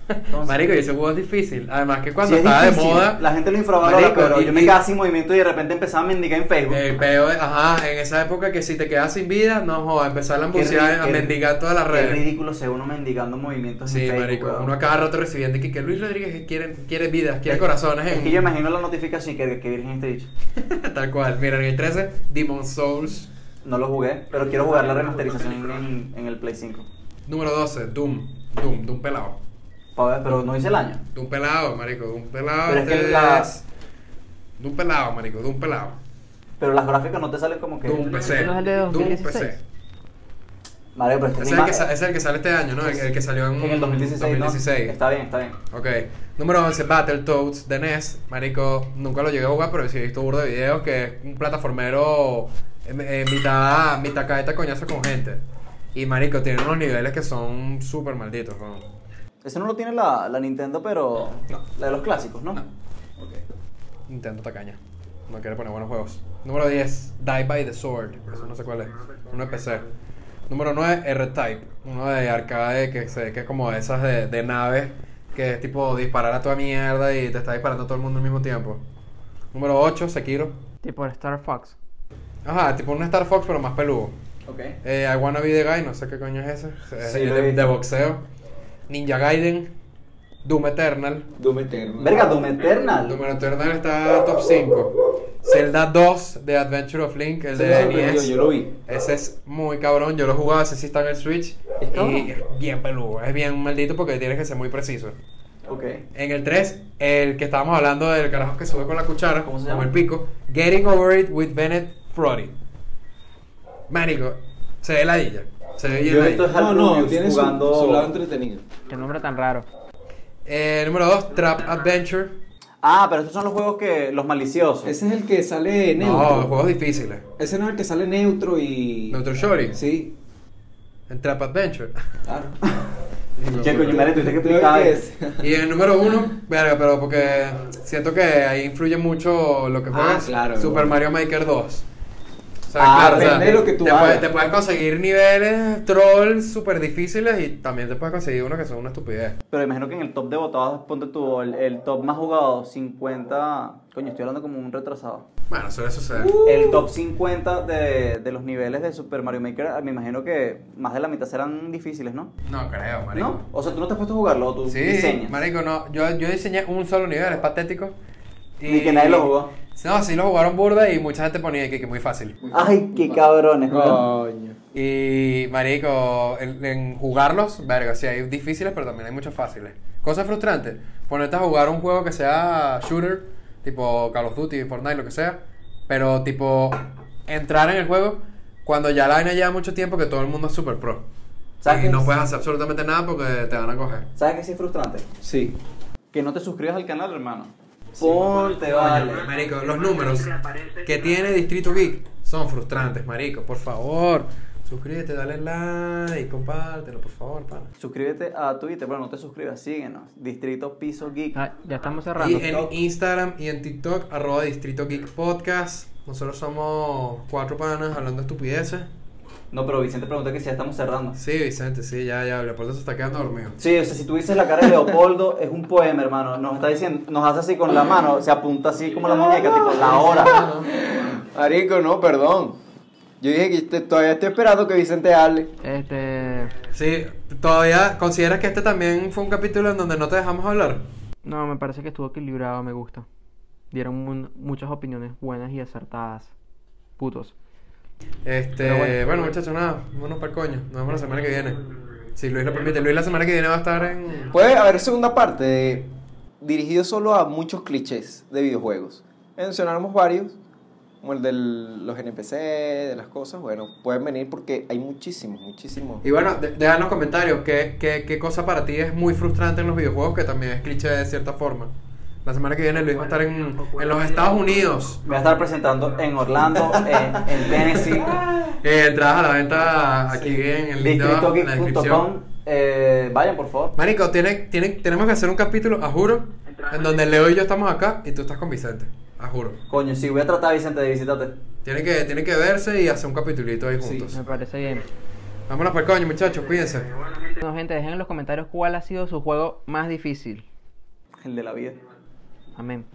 Speaker 1: Entonces,
Speaker 3: Marico, y ese juego es difícil. Además que cuando
Speaker 1: sí es
Speaker 3: estaba
Speaker 1: difícil,
Speaker 3: de moda,
Speaker 1: la gente lo infravalora,
Speaker 3: Marico,
Speaker 1: pero
Speaker 3: y- Eh,
Speaker 1: yo me
Speaker 3: y-
Speaker 1: quedaba sin movimiento y de repente empezaba a mendigar en Facebook.
Speaker 3: el peo de- ajá, en esa época que si te quedas sin vida, no joda, empezar a
Speaker 1: Qué
Speaker 3: embucear,
Speaker 1: ri-
Speaker 3: pues, a
Speaker 1: qué-
Speaker 3: mendigar todas las
Speaker 1: Qué
Speaker 3: redes.
Speaker 1: ridículo sea uno mendigando movimientos en
Speaker 3: Sí,
Speaker 1: Facebook.
Speaker 3: marico,
Speaker 1: weón.
Speaker 3: uno a cada rato recibiendo que, que Luis Rodríguez quiere, quiere vidas, quiere
Speaker 1: Es-
Speaker 3: corazones.
Speaker 1: Es
Speaker 3: en-
Speaker 1: que yo imagino la notificación y que, que virgen este dicho.
Speaker 3: Tal cual. Mira, en el 13, Demon Souls.
Speaker 1: No lo jugué, pero quiero jugar la remasterización en, en el Play 5.
Speaker 3: Número 12, Doom. Doom, Doom pelado.
Speaker 1: Pa' ver, pero no hice el año.
Speaker 3: Doom pelado, marico, Doom pelado.
Speaker 1: Pero es
Speaker 3: este
Speaker 1: que la-
Speaker 3: es- Doom pelado, marico, Doom pelado.
Speaker 1: Pero las gráficas no te salen como que.
Speaker 3: Doom PC.
Speaker 4: ¿No es el de
Speaker 3: Doom
Speaker 4: 2016?
Speaker 3: PC.
Speaker 1: Vale, pero este
Speaker 3: Ese
Speaker 1: es
Speaker 3: es, el que sa- ese es el que sale este año, ¿no? El, el que salió en,
Speaker 1: en el 2016. ¿no?
Speaker 3: 2016.
Speaker 1: Está bien, está bien.
Speaker 3: Ok. Número 11, Battletoads de NES. Marico, nunca lo llegué a jugar, pero sí he visto burro de videos que es un plataformero eh, eh, mitad, mitad caeta coñazo con gente. Y marico, tiene unos niveles que son súper malditos, ¿no?
Speaker 1: Ese no lo tiene la, la Nintendo, pero. La de los clásicos, ¿no?
Speaker 3: No. Nintendo tacaña. No quiere poner buenos juegos. Número 10, Die by the Sword. Por eso no sé cuál es. Uno de PC. Número 9, R-Type. Uno de arcade que se que es como de esas de, de naves que es tipo disparar a toda mierda y te está disparando a todo el mundo al mismo tiempo. Número 8, Sekiro.
Speaker 4: Tipo el Star Fox.
Speaker 3: Ajá, tipo un Star Fox pero más peludo.
Speaker 1: Ok.
Speaker 3: Eh, I Wanna Be the Guy, no sé qué coño es ese. Es
Speaker 1: Sí, lo he
Speaker 3: de,
Speaker 1: visto.
Speaker 3: de boxeo. Ninja Gaiden. Doom Eternal.
Speaker 2: Doom Eternal.
Speaker 1: Verga, Doom Eternal.
Speaker 3: Número Eternal está top 5. Zelda 2 de Adventure of Link, el
Speaker 2: Ese
Speaker 3: de
Speaker 2: me sorprendió,
Speaker 3: NES.
Speaker 2: Yo lo vi.
Speaker 3: Ese es muy cabrón, yo lo jugaba, ese sí está en el Switch.
Speaker 1: ¿Es cabrón?
Speaker 3: Y es bien peludo, es bien maldito porque tienes que ser muy preciso.
Speaker 1: Ok.
Speaker 3: En el 3, el que estábamos hablando del carajo que sube con la cuchara,
Speaker 1: ¿Cómo
Speaker 3: como
Speaker 1: se llama?
Speaker 3: el pico, Getting Over It with Bennett Frody. Marico, se ve ladilla. Se ve bien
Speaker 1: Yo he
Speaker 3: ladilla.
Speaker 1: visto es
Speaker 2: No,
Speaker 1: Hal
Speaker 2: no,
Speaker 1: Rubius
Speaker 2: tiene su,
Speaker 1: jugando-
Speaker 2: su lado entretenido.
Speaker 4: Qué nombre tan raro.
Speaker 3: Eh, número 2, Trap Adventure.
Speaker 1: Ah, pero estos son los juegos que. Los maliciosos.
Speaker 2: Ese es el que sale
Speaker 3: No,
Speaker 2: neutro.
Speaker 3: juegos difíciles.
Speaker 2: Ese no es el que sale neutro y.
Speaker 3: Neutro Shorty.
Speaker 2: Sí,
Speaker 3: El Trap Adventure.
Speaker 2: claro.
Speaker 1: Che, coño, madre, tuviste que
Speaker 2: Creo
Speaker 1: explicar.
Speaker 2: que es.
Speaker 3: Y el número uno, verga, pero porque siento que ahí influye mucho lo que
Speaker 2: Ah,
Speaker 3: juegas.
Speaker 2: claro,
Speaker 3: Super
Speaker 2: bueno.
Speaker 3: Mario Maker 2. O sea,
Speaker 1: Ah,
Speaker 3: claro, o sea,
Speaker 2: depende de lo que tú
Speaker 3: te,
Speaker 2: hagas.
Speaker 3: puedes, te puedes conseguir niveles troll súper difíciles y también te puedes conseguir unos que son una estupidez.
Speaker 1: Pero imagino que en el top de votados, ponte tú, el, el top más jugado, 50. Coño, estoy hablando como un retrasado.
Speaker 3: Bueno, suele suceder.
Speaker 1: El top 50 de, de los niveles de Super Mario Maker, me imagino que más de la mitad serán difíciles, ¿no?
Speaker 3: No creo, marico.
Speaker 1: ¿No? O sea, tú no te has puesto a jugarlo, o tú
Speaker 3: Sí,
Speaker 1: diseñas.
Speaker 3: marico, no. Yo, yo diseñé un solo nivel, es patético.
Speaker 1: Ni que nadie lo jugó.
Speaker 3: No, sí lo jugaron burda y mucha gente ponía que, que muy fácil.
Speaker 1: Ay, qué cabrones, weón.
Speaker 2: Coño.
Speaker 3: Y, marico, en, en jugarlos, verga, sí hay difíciles, pero también hay muchos fáciles. Cosa frustrante, ponerte a jugar un juego que sea shooter, tipo Call of Duty, Fortnite, lo que sea, pero tipo entrar en el juego cuando ya la vaina lleva mucho tiempo que todo el mundo es super pro.
Speaker 1: ¿Sabes
Speaker 3: Y
Speaker 1: qué
Speaker 3: no
Speaker 1: es?
Speaker 3: puedes hacer absolutamente nada porque te van a coger.
Speaker 1: ¿Sabes qué sí es frustrante?
Speaker 2: Sí.
Speaker 1: Que no te suscribas al canal, hermano. Ponte, vale.
Speaker 3: Coño, Marico, los números que tiene Distrito Geek son frustrantes, marico. Por favor, suscríbete, dale like, compártelo, por favor, pana.
Speaker 1: Suscríbete a Twitter, bueno, no te suscribas, síguenos. Distrito Piso Geek.
Speaker 4: Ah, ya estamos
Speaker 3: Y
Speaker 4: cerrando.
Speaker 3: en Instagram y en TikTok, arroba Distrito Geek Podcast. Nosotros somos cuatro panas hablando estupideces.
Speaker 1: No, pero Vicente pregunta que si ya estamos cerrando.
Speaker 3: Sí, Vicente, sí, ya, ya, Leopoldo se está quedando dormido.
Speaker 1: Sí, o sea, si tú dices la cara de Leopoldo, es un poema, hermano. Nos está diciendo, nos hace así con la mano, se apunta así como la muñeca, tipo la hora.
Speaker 2: Marico, no, perdón. Yo dije que te- todavía estoy esperando que Vicente hable.
Speaker 4: Este.
Speaker 3: Sí, todavía consideras que este también fue un capítulo en donde no te dejamos hablar.
Speaker 4: No, me parece que estuvo equilibrado, me gusta. Dieron mun- muchas opiniones buenas y acertadas. Putos.
Speaker 3: Este,
Speaker 4: Pero
Speaker 3: bueno,
Speaker 4: bueno.
Speaker 3: muchachos, nada, vámonos para el coño. Nos vemos la semana que viene. Si Luis lo permite. Luis la semana que viene va a estar en.
Speaker 2: Puede haber segunda parte de- dirigido solo a muchos clichés de videojuegos. Mencionamos varios, como el de los NPC, de las cosas. Bueno, pueden venir porque hay muchísimos, muchísimos.
Speaker 3: Y bueno, de- deja en los comentarios qué, qué, qué cosa para ti es muy frustrante en los videojuegos, que también es cliché de cierta forma. La semana que viene Luis va a estar en, en los Estados Unidos.
Speaker 1: Voy a estar presentando en Orlando, en, en Tennessee,
Speaker 3: Eh, entradas a la venta aquí en el link de abajo, en la descripción.
Speaker 1: distritogeek.com. Eh, vayan, por favor.
Speaker 3: Marico, tiene, tiene, tenemos que hacer un capítulo, a juro, en donde Leo y yo estamos acá y tú estás con Vicente. A juro.
Speaker 1: Coño, sí, voy a tratar, Vicente, de visitarte.
Speaker 3: Tienen que, tienen que verse y hacer un capitulito ahí juntos.
Speaker 4: Me parece bien.
Speaker 3: Vámonos para el coño, muchachos, cuídense.
Speaker 4: Bueno, gente, dejen en los comentarios cuál ha sido su juego más difícil.
Speaker 1: El de la vida.
Speaker 4: Amén.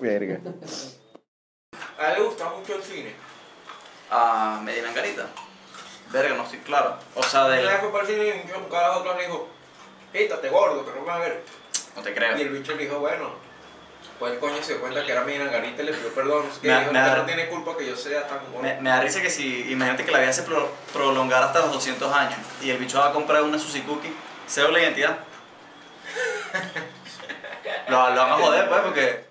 Speaker 2: Verga.
Speaker 1: ¿A él le gusta mucho el cine? A Medina Garita. Verga, no estoy claro. O sea, de
Speaker 6: Le fue para el cine y yo buscaba a otro le dijo, quítate gordo, que no me vas a ver.
Speaker 1: No te
Speaker 6: Y el
Speaker 1: creo.
Speaker 6: bicho le dijo, bueno, pues el coño se dio cuenta que era mi nangarita y le pidió perdón. Es que
Speaker 1: Me-
Speaker 6: dijo,
Speaker 1: me
Speaker 6: "Usted
Speaker 1: da-
Speaker 6: no tiene culpa que yo sea tan gordo.
Speaker 1: Me, me da risa que si, imagínate que la vida se pro- prolongara hasta los 200 años y el bicho va a comprar una Suzuki, cero la identidad. lo, lo van a joder, pues, porque